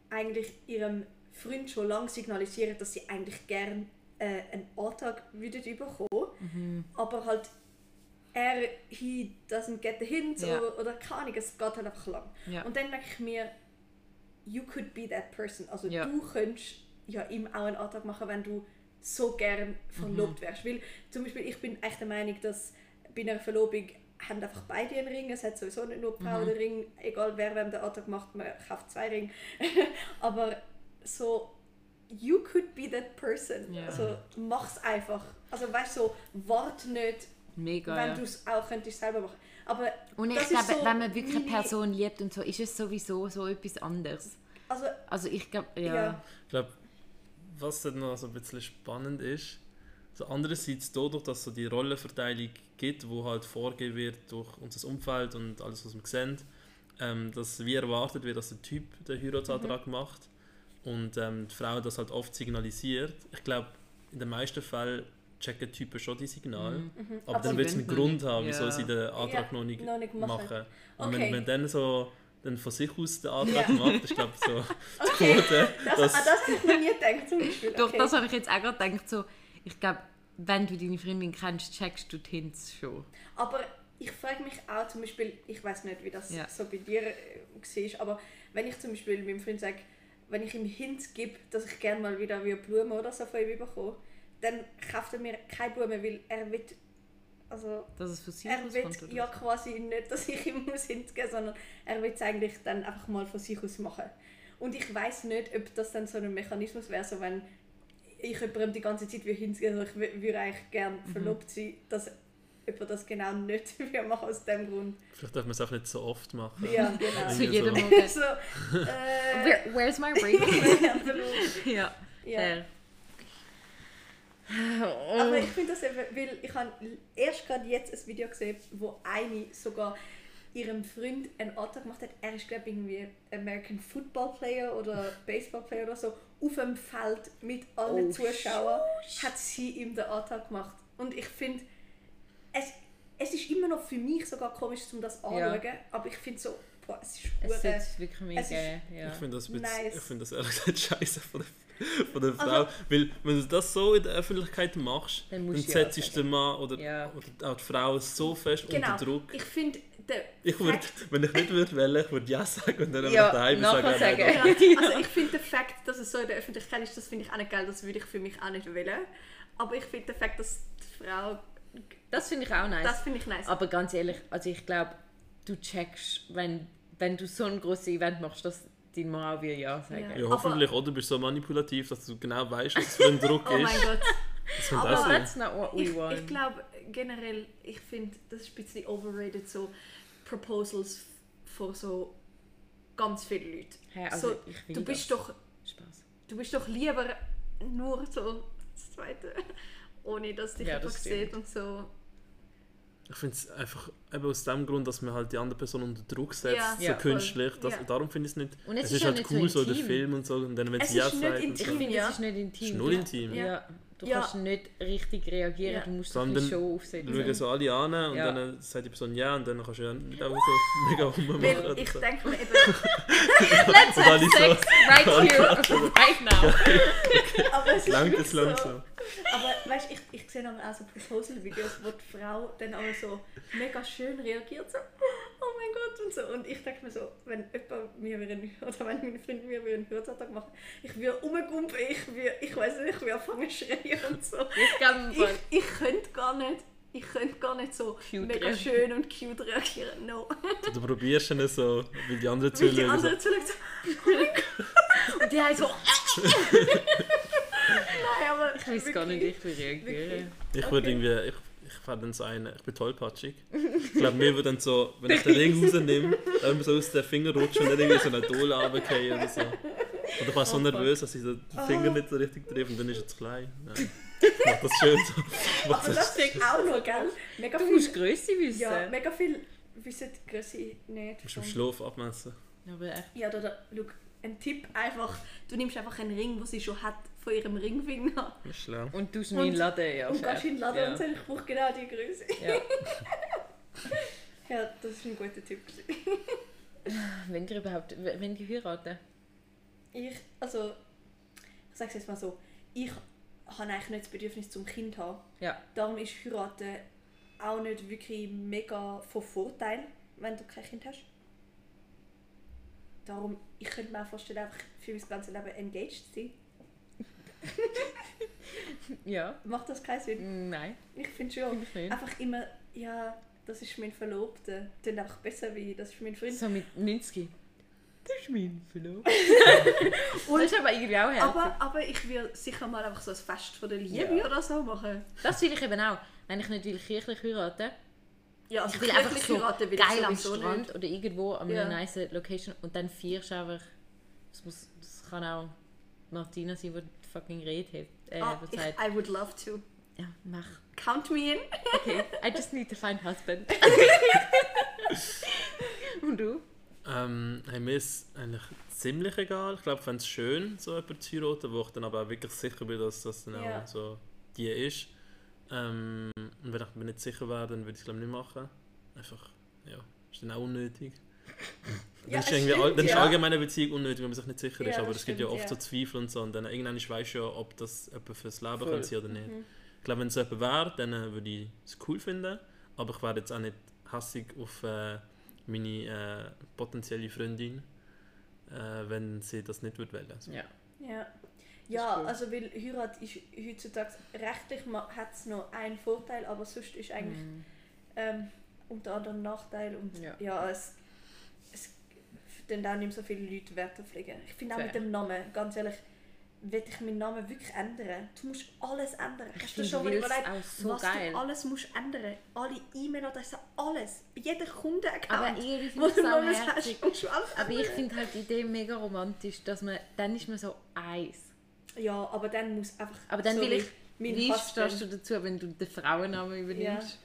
eigentlich ihrem Freund schon lange signalisieren, dass sie eigentlich gern äh, einen Antrag würden bekommen,
Mhm.
aber halt er, he doesn't get the hint
Ja.
oder, oder keine Ahnung, es geht halt einfach lang.
Ja.
Und dann denke ich mir, you could be that person. Also
Ja.
du könntest ja ihm auch einen Antrag machen, wenn du so gern
Mhm.
verlobt wärst. Weil zum Beispiel, ich bin echt der Meinung, dass bei einer Verlobung haben einfach beide einen Ring. Es hat sowieso nicht nur die
Mhm.
Frau den Ring. Egal wer wem den Antrag macht, man kauft zwei Ringe. Aber so, you could be that person.
Ja.
Also mach's einfach. Also weißt du, so, wart nicht,
Mega,
wenn
ja.
du es auch könntest selber machen. Aber
Und ich
das
glaube,
ist so
wenn man wirklich eine
meine-
Person liebt und so, ist es sowieso so etwas anderes.
Also,
Also ich glaube, ja.
Ja.
Ich glaube, was dann noch so ein bisschen spannend ist, so andererseits dadurch, dass es so die Rollenverteilung gibt, wo halt vorgegeben wird durch unser Umfeld und alles, was wir sehen, ähm, dass wie erwartet wird, dass der Typ den Heiratsantrag macht und ähm, die Frau das halt oft signalisiert. Ich glaube, in den meisten Fällen checken die Typen schon die Signale, aber,
Aber
dann
sie
wird es
wollen noch
einen Grund
nicht.
haben,
Ja.
wieso sie den Antrag
Ja,
noch nicht,
noch nicht
machen.
machen.
Und wenn,
Okay.
wenn dann so dann von sich aus den Antrag
Ja.
macht, ist glaube so die Quote.
das,
dass-
an das habe ich noch nie gedacht zum Beispiel.
Durch
Okay.
das habe ich jetzt auch gerade gedacht, so, ich glaube, wenn du deine Freundin kennst, checkst du die Hints schon.
Aber ich frage mich auch zum Beispiel, ich weiß nicht, wie das
Ja.
so bei dir äh, war, aber wenn ich zum Beispiel meinem Freund sage, wenn ich ihm Hint gebe, dass ich gerne mal wieder wie Blumen oder so von ihm bekomme, dann kauft er mir keine Blumen, weil er will, also
Dass es von sich
er
aus kommt.
will
oder
ja
so.
quasi nicht, dass ich ihm muss Hint geben, sondern er will es eigentlich dann einfach mal von sich aus machen. Und ich weiß nicht, ob das dann so ein Mechanismus wäre, so wenn ich jemandem die ganze Zeit wie Hint gebe, also ich wü- würde eigentlich gerne
Mhm.
verlobt sein, dass jemand das genau nicht will machen aus dem Grund.
Vielleicht darf man es auch nicht so oft machen.
Ja, genau.
Zu jedem
so.
Morgen.
so, äh,
Where, where's my ring? ja,
ja.
fair.
Aber ich finde das eben, weil ich habe erst gerade jetzt ein Video gesehen, wo eine sogar ihrem Freund einen Antrag gemacht hat. Er ist, glaube ich, irgendwie American Football Player oder Baseball Player oder so. Auf dem Feld mit allen
Oh,
Zuschauern hat sie ihm den Antrag gemacht. Und ich finde, es, es ist immer noch für mich sogar komisch, um das anzuschauen, aber ich finde so, boah, es ist
Es
hure-
ist wirklich mega,
es ist-
ja.
Ich finde das, ein bisschen-
Nice. Also
ich finde das ehrlich gesagt scheiße von der, von der Frau. Weil, wenn du das so in der Öffentlichkeit machst,
Dann
dann,
musst du ja
setzt
sagen.
du den Mann oder,
Ja.
oder auch die Frau so fest
Genau.
unter Druck.
Ich finde, der
Ich würde,
Fact-
wenn ich nicht würde wählen, ich würde ja sagen und dann
Ja,
einfach daheim
nachher
sagen.
sagen.
nein,
Ja, also ich finde den Fakt, dass es so in der Öffentlichkeit ist, das finde ich auch nicht geil, das würde ich für mich auch nicht wollen. Aber ich finde den Fakt, dass die Frau,
Das finde ich auch nice.
das finde ich nice.
Aber ganz ehrlich, also ich glaube, du checkst, wenn, wenn du so ein grosses Event machst, dass dein Mann auch wieder Ja sagen
Ja.
doch. Ja, hoffentlich, oder? Du bist so manipulativ, dass du genau weißt, was es für ein Druck
oh
ist.
mein Gott,
Das könnte
aber
auch sein.
That's not what we
ich,
want.
ich glaube generell, ich finde, das ist ein bisschen overrated, so Proposals f- von so ganz vielen Leuten.
Hä, also
so,
ich will
du bist
das.
doch
Spaß.
du bist doch lieber nur so das Zweite, ohne dass dich
Ja,
jemand
das
sieht
stimmt.
und so.
Ich finde es einfach eben aus dem Grund, dass man halt die andere Person unter Druck setzt,
Ja.
so
Ja, voll.
künstlich. Das,
Ja.
Darum finde ich es nicht.
Und es
es
ist
ist
ja
halt
nicht so
cool, so der
intim.
Film und so. Und dann, wenn
Es
sie ja
ist nicht
sagt. und so.
Ich finde,
Ja.
es ist nicht intim.
ist null intim.
Ja. du
Ja.
kannst nicht richtig reagieren,
Ja.
du musst so
Vor
ein
allem
bisschen
dann
Show
Schauen
aufsetzen.
so alle an und
Ja.
dann sagt die Person ja und dann kannst du ja nicht einfach so mega rummachen.
Weil
oder
ich
so.
denke mir eben,
Let's
Und alle
have
so-
sex right here, right now.
aber es ist
Langt
wirklich
es langsam.
Aber weißt du, ich, ich sehe dann auch so Proposal-Videos, wo die Frau dann aber so mega schön reagiert, so «Oh mein Gott» und so. Und ich denke mir so, wenn jemand mir einen, oder wenn meine Freunde mir einen Hörsattag machen, ich würde rumgumpen, ich würde, ich weiß nicht, ich würde anfangen zu schreien und so.
Ich kann so.
Ich, ich könnte gar nicht, ich könnte gar nicht so
Cute
mega
reagieren.
schön und cute reagieren, no.
Du probierst ihn so, weil die anderen
Weil die
zuhören. so.
anderen zulegen so
Und die haben so,
«Nein, aber...»
ich weiß gar nicht, ich will reagieren.
Ich würde irgendwie, ich, ich fand dann so einen, ich bin tollpatschig. Ich glaube, mir würde dann so, wenn ich den Ring rausnehme, dann immer so aus den Fingern rutschen und dann irgendwie so eine Dole runterfallen oder so. Und ich war so
Oh,
nervös, dass ich so den Finger nicht so richtig treffe und dann ist er zu klein. Nein. Ich mach das schön so. Ich mach
Aber das ist auch noch, gell? Mega
Du
viel,
musst Größe wissen.
ja, mega viel wissen die Grösse nicht.
Du musst
vom-
im Schlaf abmessen.
Aber echt,
Ja, da, da, schau, ein Tipp einfach, du nimmst einfach einen Ring, den sie schon hat, von ihrem Ringfinger
Das ist schlau.
Und du meinen Laden, ja.
und gehst in den Laden
Ja.
und sagst, ich brauche genau die Größe.
Ja.
Ja, das ist ein guter Tipp. gewesen.
Wenn ihr überhaupt, wenn ihr heiraten.
Ich, also, ich sage es jetzt mal so, ich habe eigentlich nicht das Bedürfnis zum Kind zu haben.
Ja.
Darum ist heiraten auch nicht wirklich mega von Vorteil, wenn du kein Kind hast. Darum, ich könnte mir auch vorstellen, einfach für mein ganzes Leben engaged zu sein.
Ja.
Macht das keinen
Mhm.
Sinn?
Nein.
Ich finde schon.
nicht.
Einfach immer, ja, das ist mein Verlobter. Dann einfach besser wie, das ist mein Freund.
So mit 90. Das ist mein Verlobter. das ist aber irgendwie auch herzig.
Aber, aber ich würde sicher mal einfach so ein Fest von der Liebe
Ja.
oder so machen.
Das will ich eben auch. Wenn ich nicht will kirchlich heiraten,
Ja, also
ich will einfach
kirchlich
so
heiraten will ich
geil am
sowieso nicht.
Strand oder irgendwo an einer
Ja.
nice Location und dann feierst du einfach. Das, muss, das kann auch Martina sein, die die fucking Rede hat. Äh,
Ah,
die
ich,
sagt,
I would love to.
ja, mach.
Count me in.
Okay, I just need to find husband. und du?
Ähm, hey, mir ist eigentlich ziemlich egal. Ich glaube, ich fände es schön, so jemanden zu heiraten, wo ich dann aber auch wirklich sicher bin, dass das dann
Ja.
auch so die ist. Ähm, und wenn ich mir nicht sicher wäre, dann würde ich es glaube nicht machen. Einfach, ja, ist dann auch unnötig. Dann
Ja,
ist,
es
irgendwie all,
stimmt,
dann ist
ja.
allgemeine Beziehung unnötig, wenn man sich nicht sicher
Ja,
ist. Aber
das
es gibt ja
stimmt,
oft
ja.
so Zweifel und so. Und dann irgendwann weisst du ja, ob das jemand fürs Leben
Voll.
kann sein oder nicht. Ich glaube, wenn es jemand wäre, dann äh, würde ich es cool finden. Aber ich wäre jetzt auch nicht hassig auf äh, meine äh, potenzielle Freundin, äh, wenn sie das nicht würde wählen. Also,
Ja.
Ja. Ja,
cool.
also weil Heirat ist heutzutage rechtlich hat es noch einen Vorteil, aber sonst ist eigentlich ähm, unter anderem Nachteil und
Mhm. Ja.
ja, es, es dann auch nicht mehr so viele Leute Wert auf legen. Ich finde auch
Fair.
mit dem Namen, ganz ehrlich, will ich meinen Namen wirklich ändern. Du musst alles ändern. Hast du dir
finde
schon mal
Wills
überlegt,
auch so
was
geil.
du alles musst ändern? Alle E-Mail-Adressen, alles. Jeder Kunde-Account.
Aber irgendwie finde
wo
ich
du
es auch
Namen
herzig.
hast, musst du alles
Aber ich
ändern.
finde halt die Idee mega romantisch, dass man, dann ist man so eins.
Ja, aber dann muss einfach...
Aber dann
so
will ich,
mein
wie
Husband-
stehst du dazu, wenn du den Frauennamen übernimmst?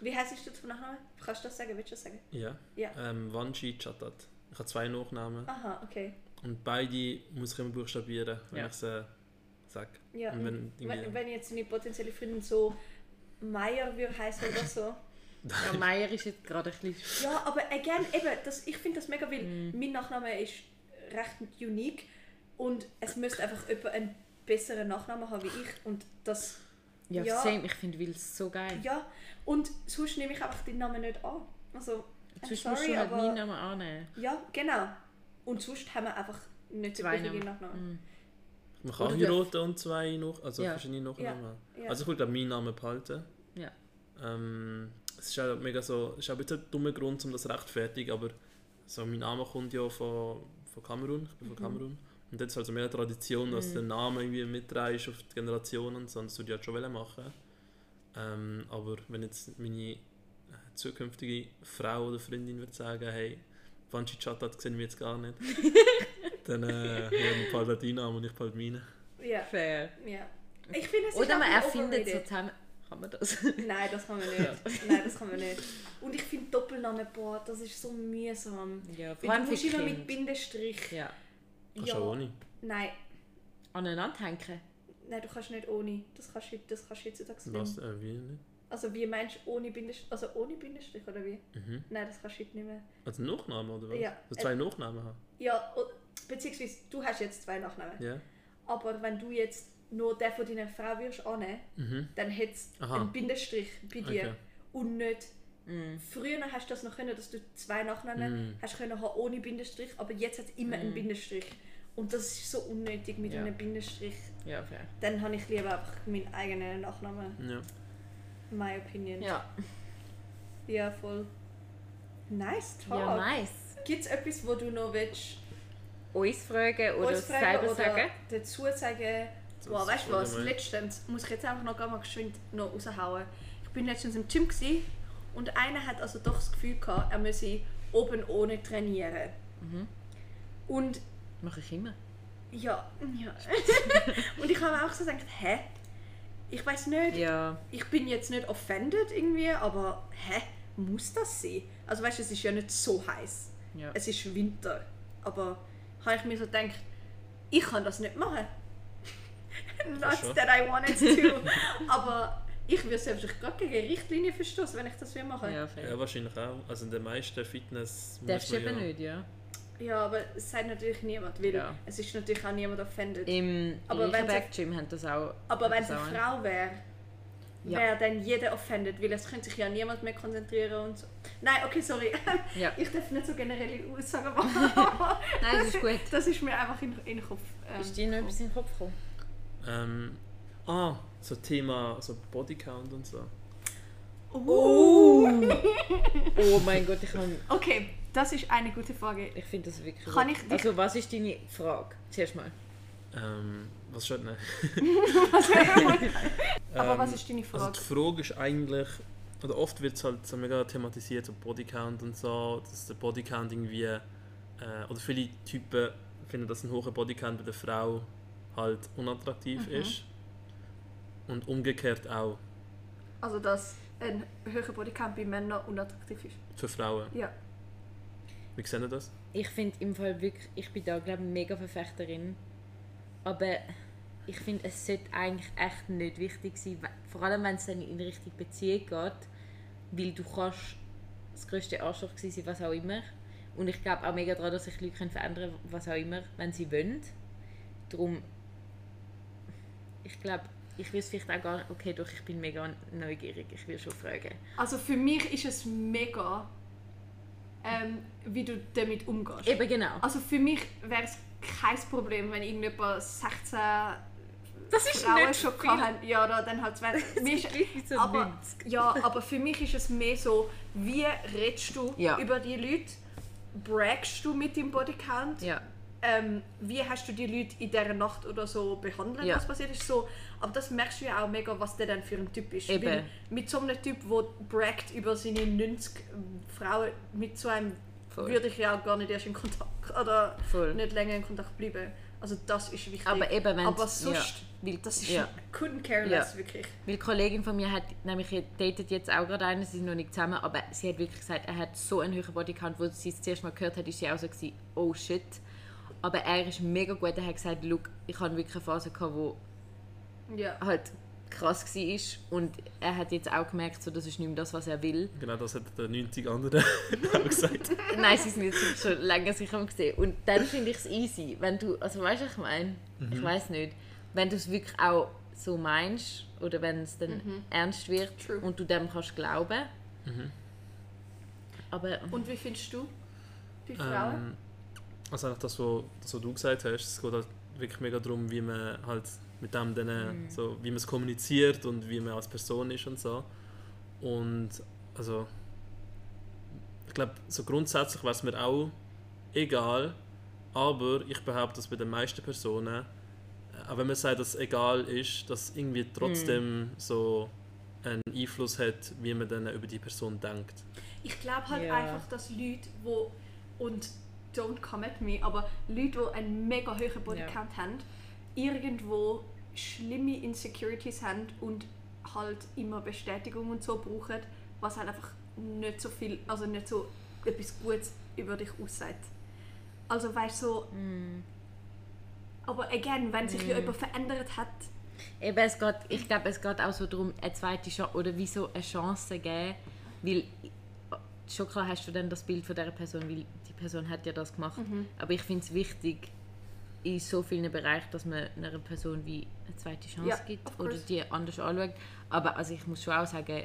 Wie heißt du zum Nachnamen? Kannst du das sagen? Willst du das sagen?
ja.
Ja.
Ähm, Wanji Chatat. Ich habe zwei Nachnamen
Aha, okay.
und beide muss ich immer buchstabieren, wenn äh,
Ja.
ich sie sage.
Ja.
Und wenn, irgendwie-
Wenn, wenn jetzt eine potenzielle Freundin so Meier würde heißen oder so.
Ja. Meier ist jetzt gerade ein bisschen...
Ja, aber again, eben, das, ich finde das mega, weil
Mhm.
mein Nachname ist recht unique und es müsste einfach jemand einen besseren Nachnamen haben wie ich und das,
Ja,
Ja.
same. Ich finde Wills so geil.
ja. Und sonst nehme ich einfach den Namen nicht an. Also, I'm
Sonst musst
sorry,
du halt
aber...
meinen Namen annehmen.
Ja, genau. Und sonst haben wir einfach nicht
Zwei
den
Namen.
Nachnamen.
man kann
Oder du-
heiraten und zwei noch, also
Ja.
verschiedene Nachnamen.
Ja.
Also ich würde meinen Namen behalten.
Ja.
Ähm, es ist auch mega so, es ist auch ein bisschen ein dummer Grund, um das zu rechtfertigen, aber so mein Name kommt ja von, von Kamerun, ich bin
Mhm.
von Kamerun. Und dort ist also mehr eine Tradition, dass der Name irgendwie mitreißt auf die Generationen, sonst würde ich das schon wollen machen. Ähm, aber wenn jetzt meine äh, zukünftige Frau oder Freundin würde sagen, hey, Vanchi Chat hat gesehen wir jetzt gar nicht, dann äh, haben wir bald deinen Namen und ich bald meinen.
Ja,
Fair.
ja. Ich finde, es ist
Oder
auch
man
ein bisschen
erfindet so
overrated.
zusammen... Kann man das?
Nein, das kann man nicht. Nein, das kann man nicht. Und ich finde Doppelnamen, boah, das ist so mühsam.
Ja,
Weil du musst immer mit Bindestrich.
Ja.
Kannst du auch ohne.
Nein,
Aneinander hängen.
nein, du kannst nicht ohne. Das kannst du, das kannst du heutzutage
Was?
nicht.
Äh, wie nicht?
Also wie meinst du ohne Bindestrich? Also ohne Bindestrich oder wie?
Mhm.
Nein, das kannst du heute nicht mehr.
Also Nachnamen oder was?
Ja.
Also zwei Nachnamen haben?
Ja, o- beziehungsweise du hast jetzt zwei Nachnamen.
Ja.
Aber wenn du jetzt nur den von deiner Frau wirst annehmen,
Mhm.
dann hättest du
Aha.
einen Bindestrich bei dir.
Okay.
Und nicht.
Mm.
Früher hast du das noch können, dass du zwei
Mm.
Nachnamen hast können haben ohne Bindestrich, aber jetzt hat es immer einen Bindestrich. Und das ist so unnötig mit
Mm. Ja.
einem Bindestrich.
Ja, fair.
Dann habe ich lieber einfach meinen eigenen Nachnamen.
Ja.
My opinion.
Ja.
Ja, voll. Nice Talk.
Ja, nice.
Gibt es etwas, wo du noch willst,
Uns fragen oder
uns fragen
selber
oder
sagen.
dazu sagen?
Das
Wow, weißt du was?
würde ich-
Letztens muss ich jetzt einfach noch mal geschwind noch raushauen. Ich bin letztens im Gym gsi und einer hat also doch das Gefühl gehabt, er müsse oben ohne trainieren.
Mhm.
Und
Mache ich immer.
ja, ja. und ich habe mir auch so gedacht, hä? Ich weiß nicht.
Ja.
Ich bin jetzt nicht offended irgendwie, aber hä? Muss das sein? Also weißt du, es ist ja nicht so heiß.
Ja.
Es ist Winter, aber
habe ich mir so gedacht, ich kann das nicht machen. Not
Kannst du?
that I wanted to. Aber ich würde selbst gerade gegen Richtlinien verstoßen, wenn ich das will machen.
Ja,
Ja,
fair.
wahrscheinlich auch. Also in den meisten Fitness
Darfst du eben
man ja-
nicht, ja.
Ja, aber es sagt natürlich niemand, weil
Ja.
es ist natürlich auch niemand offended.
Im
Aber wenn
Reichenberg Gym haben das auch.
Aber wenn
haben
es eine
das auch.
Frau wäre,
Ja.
wäre dann jeder offended, weil es könnte sich ja niemand mehr konzentrieren und so. Nein, okay, sorry.
Ja.
Ich darf nicht so generelle Aussagen machen.
Nein, das ist gut.
das ist mir einfach in, in den Kopf. ähm,
Ist dir noch etwas in den Kopf gekommen?
Ähm, ah, so Thema so Bodycount und so.
Uh.
Oh mein Gott, ich, kann-
Okay, das ist eine gute Frage.
ich finde das wirklich.
Kann
gut.
ich dich-
also, was ist deine Frage? Zuerst mal.
Ähm, was schon? Nein.
Also,
Aber
Ähm,
was ist deine Frage?
Also die Frage ist eigentlich, oder oft wird es halt so mega thematisiert, so Bodycount und so, dass der Bodycount irgendwie, äh, oder viele Typen finden, dass ein hoher Bodycount bei der Frau halt unattraktiv ist. Und umgekehrt auch
Also, dass ein höherer Bodycount bei Männern unattraktiv ist.
für Frauen.
Ja.
Wie sehen ihr das?
Ich finde im Fall wirklich, ich bin da glaube ich mega Verfechterin. Aber ich finde, es sollte eigentlich echt nicht wichtig sein, we- vor allem wenn es dann in Richtung Beziehung geht, weil du kannst das größte Arschloch gewesen sein, was auch immer. Und ich glaube auch mega daran, dass sich Leute können verändern können, was auch immer, wenn sie wollen. Darum, ich glaube, ich würde es vielleicht auch gar okay, doch, ich bin mega neugierig, ich will schon fragen.
Also, für mich ist es mega, ähm, wie du damit umgehst.
Eben genau.
Also, für mich wäre es kein Problem, wenn irgendjemand 16
Das ist
Frauen
nicht
schon
viel.
gehabt haben. Ja, oder dann halt zwei. Mir ist-
so
aber, ja, aber für mich ist es mehr so, wie redest du
Ja.
über die Leute? Braggst du mit dem Bodycount?
Ja.
ähm, wie hast du die Leute in dieser Nacht oder so behandelt,
Ja.
was passiert ist. So. Aber das merkst du ja auch mega, was der dann für ein Typ ist.
Eben.
Weil Mit so einem Typ, der braggt über seine 90 Frauen, mit so einem
Voll.
würde ich ja auch gar nicht erst in Kontakt oder
Voll.
nicht länger in Kontakt bleiben. Also das ist wichtig.
Aber eben, wenn
Ah,
Aber sonst,
weil,
das ist
ja.
Couldn't care less,
Ja.
wirklich.
Weil die Kollegin von mir hat nämlich datet jetzt auch gerade einen, sie sind noch nicht zusammen, aber sie hat wirklich gesagt, er hat so einen höheren Bodycount, wo sie es zuerst mal gehört hat, ist sie auch so gewesen, oh shit. Aber er ist mega gut, er hat gesagt, look, ich habe wirklich eine Phase gehabt, wo
ja.
halt krass war und er hat jetzt auch gemerkt, so, das ist nicht mehr das, was er will.
Genau das hat der 90 andere auch gesagt.
Nein, sie sind jetzt schon länger sich haben gesehen. Und dann finde ich es easy, wenn du, also weißt du, was ich meine? Ich weiß nicht. Wenn du es wirklich auch so meinst oder wenn es dann ernst wird
Mhm, True.
und du dem kannst glauben. Aber
Und wie findest du bei Frauen?
Ähm, also eigentlich das, was das, was du gesagt hast, es geht halt wirklich mega darum, wie man halt mit dem dann, so, wie man es kommuniziert und wie man als Person ist und so. Und also ich glaube, so grundsätzlich wäre es mir auch egal, aber ich behaupte, dass bei den meisten Personen, äh, auch wenn man sagt, dass es egal ist, dass es irgendwie trotzdem so einen Einfluss hat, wie man dann über die Person denkt.
Ich glaube halt
Ja.
einfach, dass Leute, wo und don't come at me, aber Leute, die einen mega hohen Bodycount haben, irgendwo schlimme Insecurities haben und halt immer Bestätigung und so brauchen, was halt einfach nicht so viel, also nicht so etwas Gutes über dich aussagt. Also weißt du, so,
Mm.
aber again, wenn sich ja jemand verändert hat,
eben, es geht, ich glaube, es geht auch so darum, eine zweite Chance oder wieso eine Chance geben, weil äh, schon klar hast du dann das Bild von dieser Person, weil die Person hat ja das gemacht. Aber ich finde es wichtig, in so vielen Bereichen, dass man einer Person wie eine zweite Chance
Ja, of
gibt
course.
oder die anders anschaut. Aber also ich muss schon auch sagen,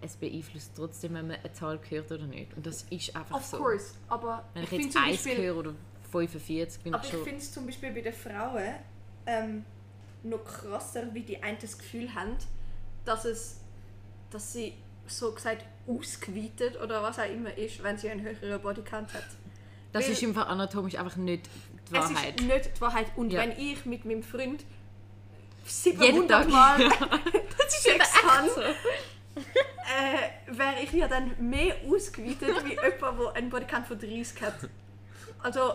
es beeinflusst trotzdem, wenn man eine Zahl hört oder nicht. Und das ist einfach
of
so.
course, aber
Wenn ich,
find
jetzt 1 höre oder 45, bin
Aber
ich
ich
schon...
finde es zum Beispiel bei den Frauen ähm, noch krasser, wie die einen das Gefühl haben, dass, es, dass sie so gesagt ausgeweitet oder was auch immer ist, wenn sie einen höheren Bodycount hat.
das
weil-
ist im Fall anatomisch einfach nicht die Wahrheit.
Es ist nicht die Wahrheit. Und
Ja.
wenn ich mit meinem Freund
Jeden Tag.
700 Mal Sex habe,
so.
äh, wäre ich ja dann mehr ausgeweitet wie jemand, der einen Bodycount von 30 hat. Also,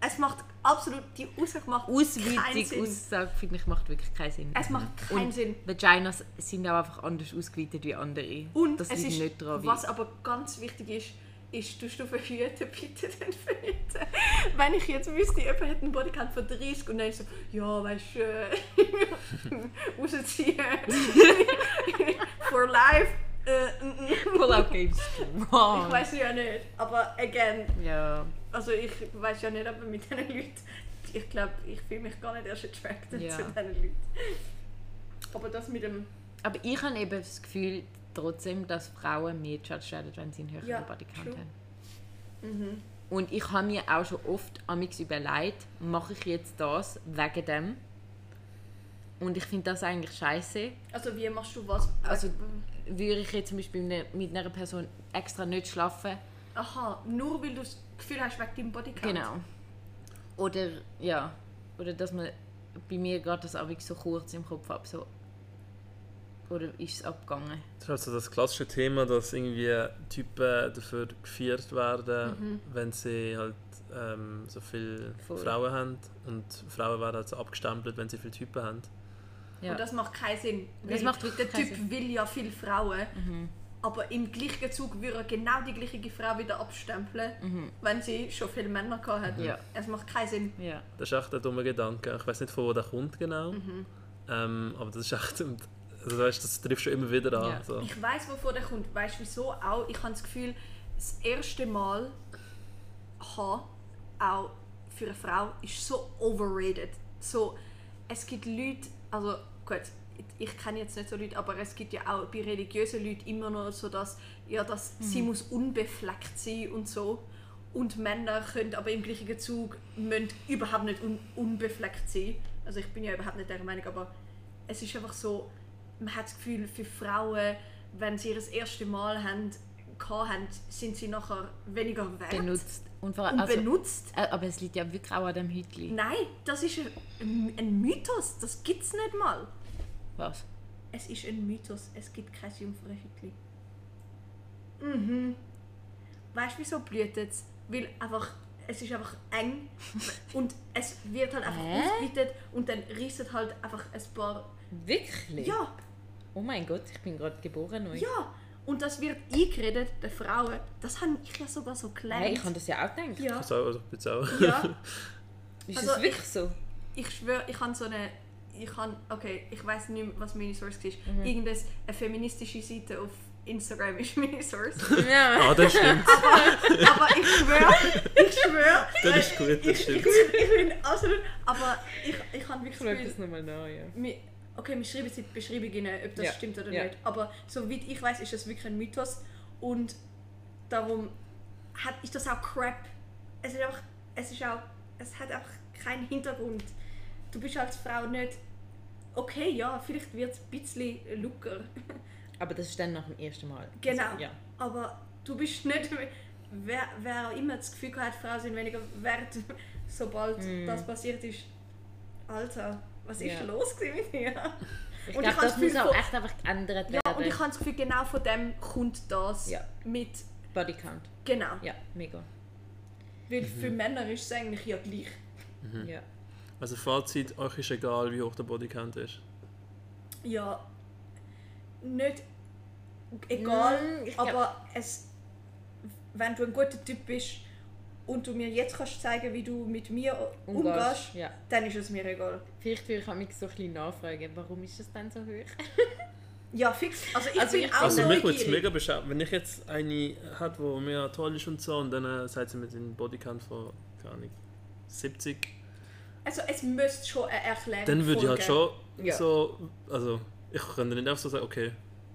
es macht absolut, die Aussage macht keinen
Ausweitung,
Sinn.
Aussage, finde ich, macht wirklich keinen Sinn.
es macht keinen
Und
Sinn.
Vaginas sind auch einfach anders ausgeweitet wie andere.
Und
das
es
liegt
ist,
nicht daran, wie...
was aber ganz wichtig ist, ist, tust du verhüten, bitte den verhüten. Wenn ich jetzt wüsste, jemand hat einen Bodycount von 30 und dann ist so, ja, weißt du, äh, rausziehen, for life, äh, mm, mm.
Pull-out games.
ich weiß ja nicht. Aber again,
Ja.
also ich weiß ja nicht, ob man mit diesen Leuten, ich glaube, ich fühle mich gar nicht erst attracted
Ja.
zu diesen Leuten. Aber das mit dem,
Aber ich habe eben das Gefühl trotzdem, dass Frauen mehr judged werden, wenn sie einen höheren
Ja,
Bodycount
true. Mhm.
haben. Und ich habe mir auch schon oft amix überlegt, mache ich jetzt das wegen dem? Und ich finde das eigentlich scheiße.
also wie machst du was?
Also würde ich jetzt zum Beispiel ne- mit einer Person extra nicht schlafen.
Aha, nur weil du das Gefühl hast, wegen deinem Bodycount.
Genau. Oder ja, oder dass man bei mir geht das abends so kurz im Kopf ab so. Oder ist es abgegangen?
Das ist also das klassische Thema, dass irgendwie Typen dafür gefeiert werden, wenn sie halt ähm, so viele
Mhm. Voll.
Frauen haben und Frauen werden halt so abgestempelt, wenn sie viele Typen haben.
Ja.
Und das macht keinen Sinn.
Das
weil
macht wirklich
der
keinen
Typ
Sinn. Mhm.
will ja viele Frauen, aber im gleichen Zug würde er genau die gleiche Frau wieder abstempeln, wenn sie schon viele Männer gehabt hat.
Mhm. Ja.
Es macht keinen Sinn.
ja.
Das ist echt ein dummer Gedanke. Ich weiß nicht, von wo der kommt genau,
Mhm.
ähm, aber das ist echt... Also, du weißt, das trifft schon immer wieder an.
Ja.
So.
Ich weiß, wovon der kommt. Weißt du wieso auch? Ich habe das Gefühl, das erste Mal haben, auch für eine Frau, ist so overrated. So, es gibt Leute, also gut, ich- ich kenne jetzt nicht so Leute, aber es gibt ja auch bei religiösen Leuten immer noch so, dass, ja, dass
Mhm.
sie muss unbefleckt sein und so. Und Männer können aber im gleichen Zug müssen überhaupt nicht un unbefleckt sein. Also ich bin ja überhaupt nicht der Meinung, aber es ist einfach so, man hat das Gefühl, für Frauen, wenn sie ihr das erste Mal haben, gehabt haben, sind sie nachher weniger wert
Benutzt. Und, vor,
und
also,
benutzt.
Äh, Aber es liegt ja wirklich auch an dem Hütli.
Nein, das ist ein, ein Mythos. Das gibt's nicht mal.
Was?
Es ist ein Mythos. Es gibt kein Jungfrauenhütli. Mhm. Weißt du, wieso blüht es? Weil einfach, es ist einfach eng und es wird halt einfach
Hä?
ausgeweitet und dann reissen halt einfach ein paar.
Wirklich?
Ja,
Oh mein Gott, ich bin gerade geboren neu.
ja. Und das wird eingeredet den Frauen. Das habe ich ja sogar so gelernt.
Hey, ich habe das ja auch gedacht.
ja,
Also, also, ich bin's auch.
ja.
Ist
Also,
es wirklich so?
ich schwöre, ich habe so eine. Ich habe. Okay, ich weiß nicht mehr, was meine Source war.
Mhm.
Irgendeine eine feministische Seite auf Instagram ist meine Source.
Ja.
Ah, das stimmt.
aber ich schwöre, ich schwöre.
Das ist gut, das
Ich, ich,
stimmt.
bin, ich bin absolut. Aber ich, ich habe
Ich
wirklich das
schreibe
Gefühl.
das nochmal nach, ja.
mi- Okay, wir schreiben es in die Beschreibung rein, ob das
Ja,
stimmt oder
ja.
nicht. Aber soweit ich weiß, ist das wirklich ein Mythos. Und darum hat, ist das auch Crap. Es ist auch. Es ist auch. Es hat auch keinen Hintergrund. Du bist als Frau nicht. Okay, ja, vielleicht wird es ein bisschen lucker.
Aber das ist dann nach dem ersten Mal.
Genau.
Also, ja.
Aber du bist nicht. Wer, wer auch immer das Gefühl hat, Frauen sind weniger wert, sobald das passiert ist. Alter, was ist
Hm. Ja.
los gewesen mit mir?
Ich glaube,
Und ich habe das
das muss
Gefühl
auch
von-
echt einfach geändert
Ja, und
werden.
ich habe das Gefühl, genau von dem kommt das
Ja.
mit.
Bodycount.
Genau.
Ja, Mhm. mega.
Weil für Männer ist es eigentlich ja gleich.
Ja.
Also, Fazit: euch ist egal, wie hoch der Bodycount ist.
Ja. Nicht egal,
Mm, ich glaub-
aber es, wenn du ein guter Typ bist und du mir jetzt kannst zeigen, wie du mit mir umgehst,
Ja.
dann ist es mir egal.
Vielleicht würde ich mich so ein bisschen nachfragen, warum ist es denn so hoch?
Ja, fix. Also ich
Also
bin
ich-
auch
Also mich würde es
neugierig.
mega beschäftigen, wenn ich jetzt eine hat, wo mega toll ist und so, und dann äh, sagt sie mit dem Bodycount von, keine Ahnung, 70,
also es müsste schon eine Erklärung
dann würde ich halt
folgen.
schon
Ja.
so, also ich könnte nicht einfach so sagen, okay,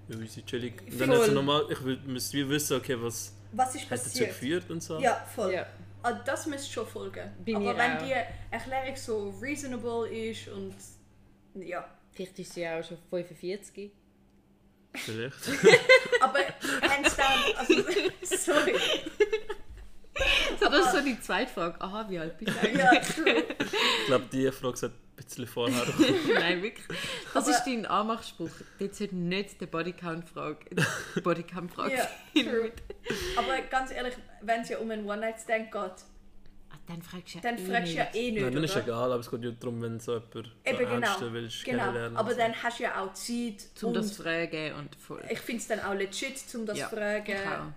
ja, wir sind chillig. Und dann
Voll.
also nochmal, ich würd- müsste wie wissen, okay, was
Was ist
hat dazu
passiert?
geführt und so.
Ja, voll. Also das müsste schon folgen.
Bei
Aber
mir
wenn
auch.
die Erklärung so reasonable ist und ja.
Vielleicht ist sie ja auch schon 45.
Vielleicht.
Aber hands down, also sorry.
So, das ist so die zweite Frage. Aha, wie alt bist du?
Ja, true.
ich glaube, die Frage sollte ein bisschen vorher kommen.
Nein, wirklich. Das
Aber-
ist dein Anmachspruch. Dort sollte nicht der Bodycount-Frage Bodycount-Frage
Ja, Ah,
sein.
true. Aber ganz ehrlich, wenn es ja um einen One-Night-Stand geht,
Ah, dann fragst du ja
Dann
eh
fragst du ja
nicht.
eh nicht,
Nein, dann ist
oder?
egal, aber es geht ja darum, wenn so jemand
Eben,
am
genau.
ernsten willst
genau. Ah,
kennenlernen.
Aber dann hast du ja auch Zeit
Um das
und
zu fragen und voll.
ich finde es dann auch legit, um das
Ja,
zu fragen.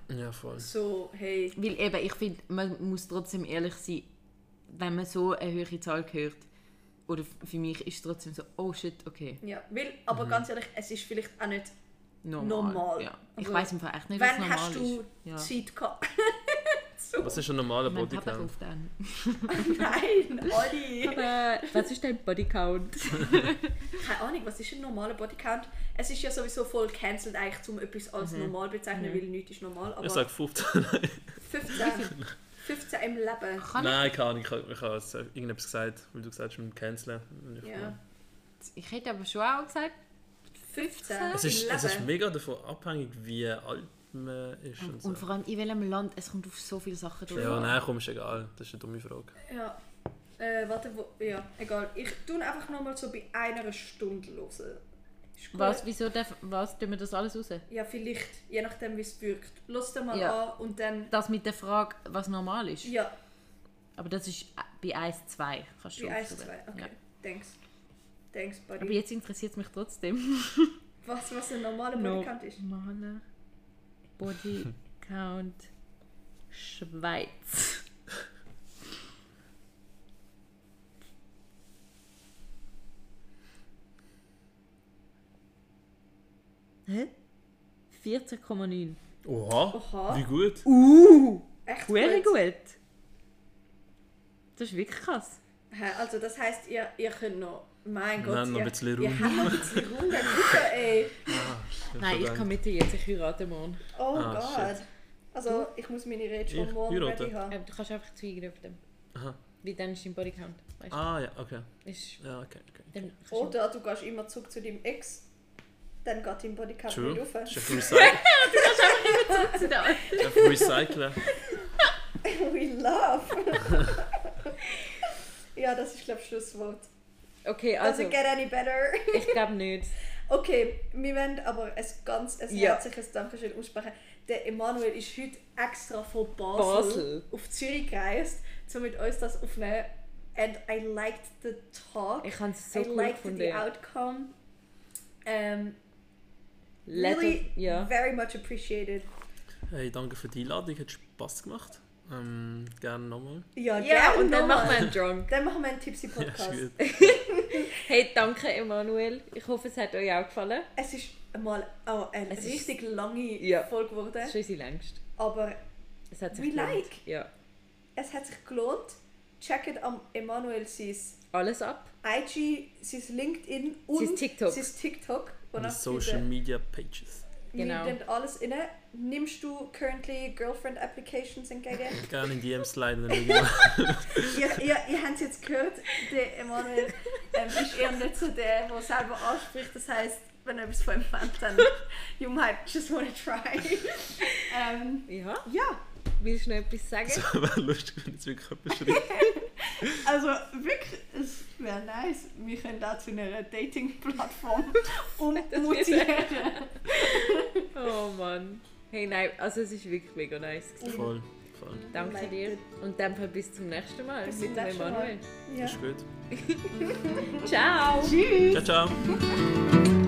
Ich auch.
Ja, voll.
So, hey,
Weil eben, ich finde, man muss trotzdem ehrlich sein, wenn man so eine höhere Zahl hört, oder f- für mich ist es trotzdem so, oh shit, okay,
ja. Weil, aber ganz ehrlich, es ist vielleicht auch nicht
normal.
Normal.
Ja. Ich
Also,
weiß im Fall echt nicht, was
Wann
normal
hast du
ist. Ja.
Zeit gehabt?
Was ist ein normaler
Mein Papa
Bodycount?
ruft an.
Nein, Olli!
was ist dein Bodycount?
Keine Ahnung, was ist ein normaler Bodycount? Es ist ja sowieso voll cancelled eigentlich, um etwas als
Mhm.
normal bezeichnen, weil nichts ist normal. Aber
Ich sage 15.
15, 15 im Leben.
Kann
Nein, keine Ahnung, ich habe ich habe jetzt irgendetwas gesagt, weil du gesagt hast, mit dem Canceln. Und ich-
Ja.
Ich hätte aber schon auch gesagt,
15
Es, ist,
im
es ist
Leben.
mega davon abhängig, wie alt man ist und so.
und vor allem in welchem Land, es kommt auf so viele Sachen drauf.
Ja,
an.
nein, komm, ist egal. Das ist eine dumme Frage.
Ja. Äh, warte, wo, ja, egal. Ich tue einfach nochmal so bei einer Stunde los. Ist gut.
Was, wieso, darf, was tun wir das alles raus?
Ja, vielleicht, je nachdem wie es wirkt. Lass dir mal
Ja.
an und dann.
Das mit der Frage, was normal ist.
Ja,
Aber das ist bei 1,2. Kannst du
bei 1,
aufschreiben.
2. Okay.
Ja.
Thanks. Thanks,
Aber
Buddy.
jetzt interessiert es mich trotzdem.
Was, was ein normaler Bodycount ist?
Normale Body Count Schweiz. Hä? 14,9.
Oha,
Oha.
wie gut.
Uh,
Echt
Very
Uh, gut.
gut. Das ist wirklich krass.
Hä, Also das heisst, ihr, ihr könnt noch... Mein Gott,
Nein, noch
ihr,
ein bisschen
ihr
rum.
habt noch ein bisschen rum. dann gucken, ey.
Nein, ich
verdammt.
kann mit dir jetzt. Ich heirate morgen.
Oh
Ah,
Gott. Also ich muss meine Rede schon
Ich
morgen
heirate.
ready haben.
Ähm, du kannst einfach zwei Gruppen.
Aha.
Wie dann ist dein Bodycount. Weißt du?
Ah, ja, okay.
Ist,
Ja, okay, okay.
dann kannst du-
Oder du gehst immer zurück zu deinem Ex, dann geht dein Bodycount
True.
nicht
Das
auf.
ist ein Recyc-
Also,
Da-
einfach Recyceln.
We love. ja, das ist glaube ich Schlusswort.
Okay,
Also,
also
Doesn't get any better.
ich glaube nicht.
Okay, wir werden aber ein ganz ein
Ja.
herzliches Dankeschön aussprechen. Der Emanuel ist heute extra von Basel,
Basel.
auf Zürich gereist, um mit uns das aufzunehmen. And I liked the talk.
Ich habe es so
I
cool
liked
gefunden.
the
ja.
outcome. Ähm,
Letter,
really,
ja.
very much appreciated.
Hey, danke für die Einladung, hat Spass gemacht. Ähm, gerne nochmal.
Ja,
Ja, gerne
und dann
nochmal.
machen wir einen Drunk.
Dann machen wir einen
Ja, ist
Tipsy-Podcast.
gut.
Hey, danke Emanuel. Ich hoffe, es hat euch auch gefallen.
es ist mal auch eine
Es ist-
richtig lange
Ja.
Folge geworden,
Das ist unsere längst.
aber
Es hat sich
We
gelohnt.
like.
Ja.
es hat sich gelohnt. Checkt am Emanuel sein
Alles ab.
IG, sein LinkedIn und
Sein TikTok.
sein TikTok. Und
Die
auch
Social
diese-
Media Pages.
Genau.
Wir nehmen alles inne. Nimmst du currently Girlfriend Applications entgegen?
Gerne in DMs leiden. wenn ihr-
ihr ihr, ihr habt es jetzt gehört, der Emanuel ähm, ist eher nicht so der, der selber anspricht. Das heisst, wenn ihr etwas von ihm fand, dann you might just wanna try. ähm,
Ja.
ja,
Willst du noch etwas sagen?
Es wäre lustig, wenn jetzt wirklich jemand schreibt.
also wirklich, es wäre nice. Wir können da zu einer Dating-Plattform ummutieren.
Oh Mann. Hey, nein, also es ist wirklich mega nice. gewesen.
Voll, voll.
Danke
Like
dir. Und dann Fall bis zum nächsten Mal
Bis
mit dem
zum nächsten
Emanuel.
Mal. Ja.
Ist gut.
Ciao.
Ciao, ciao.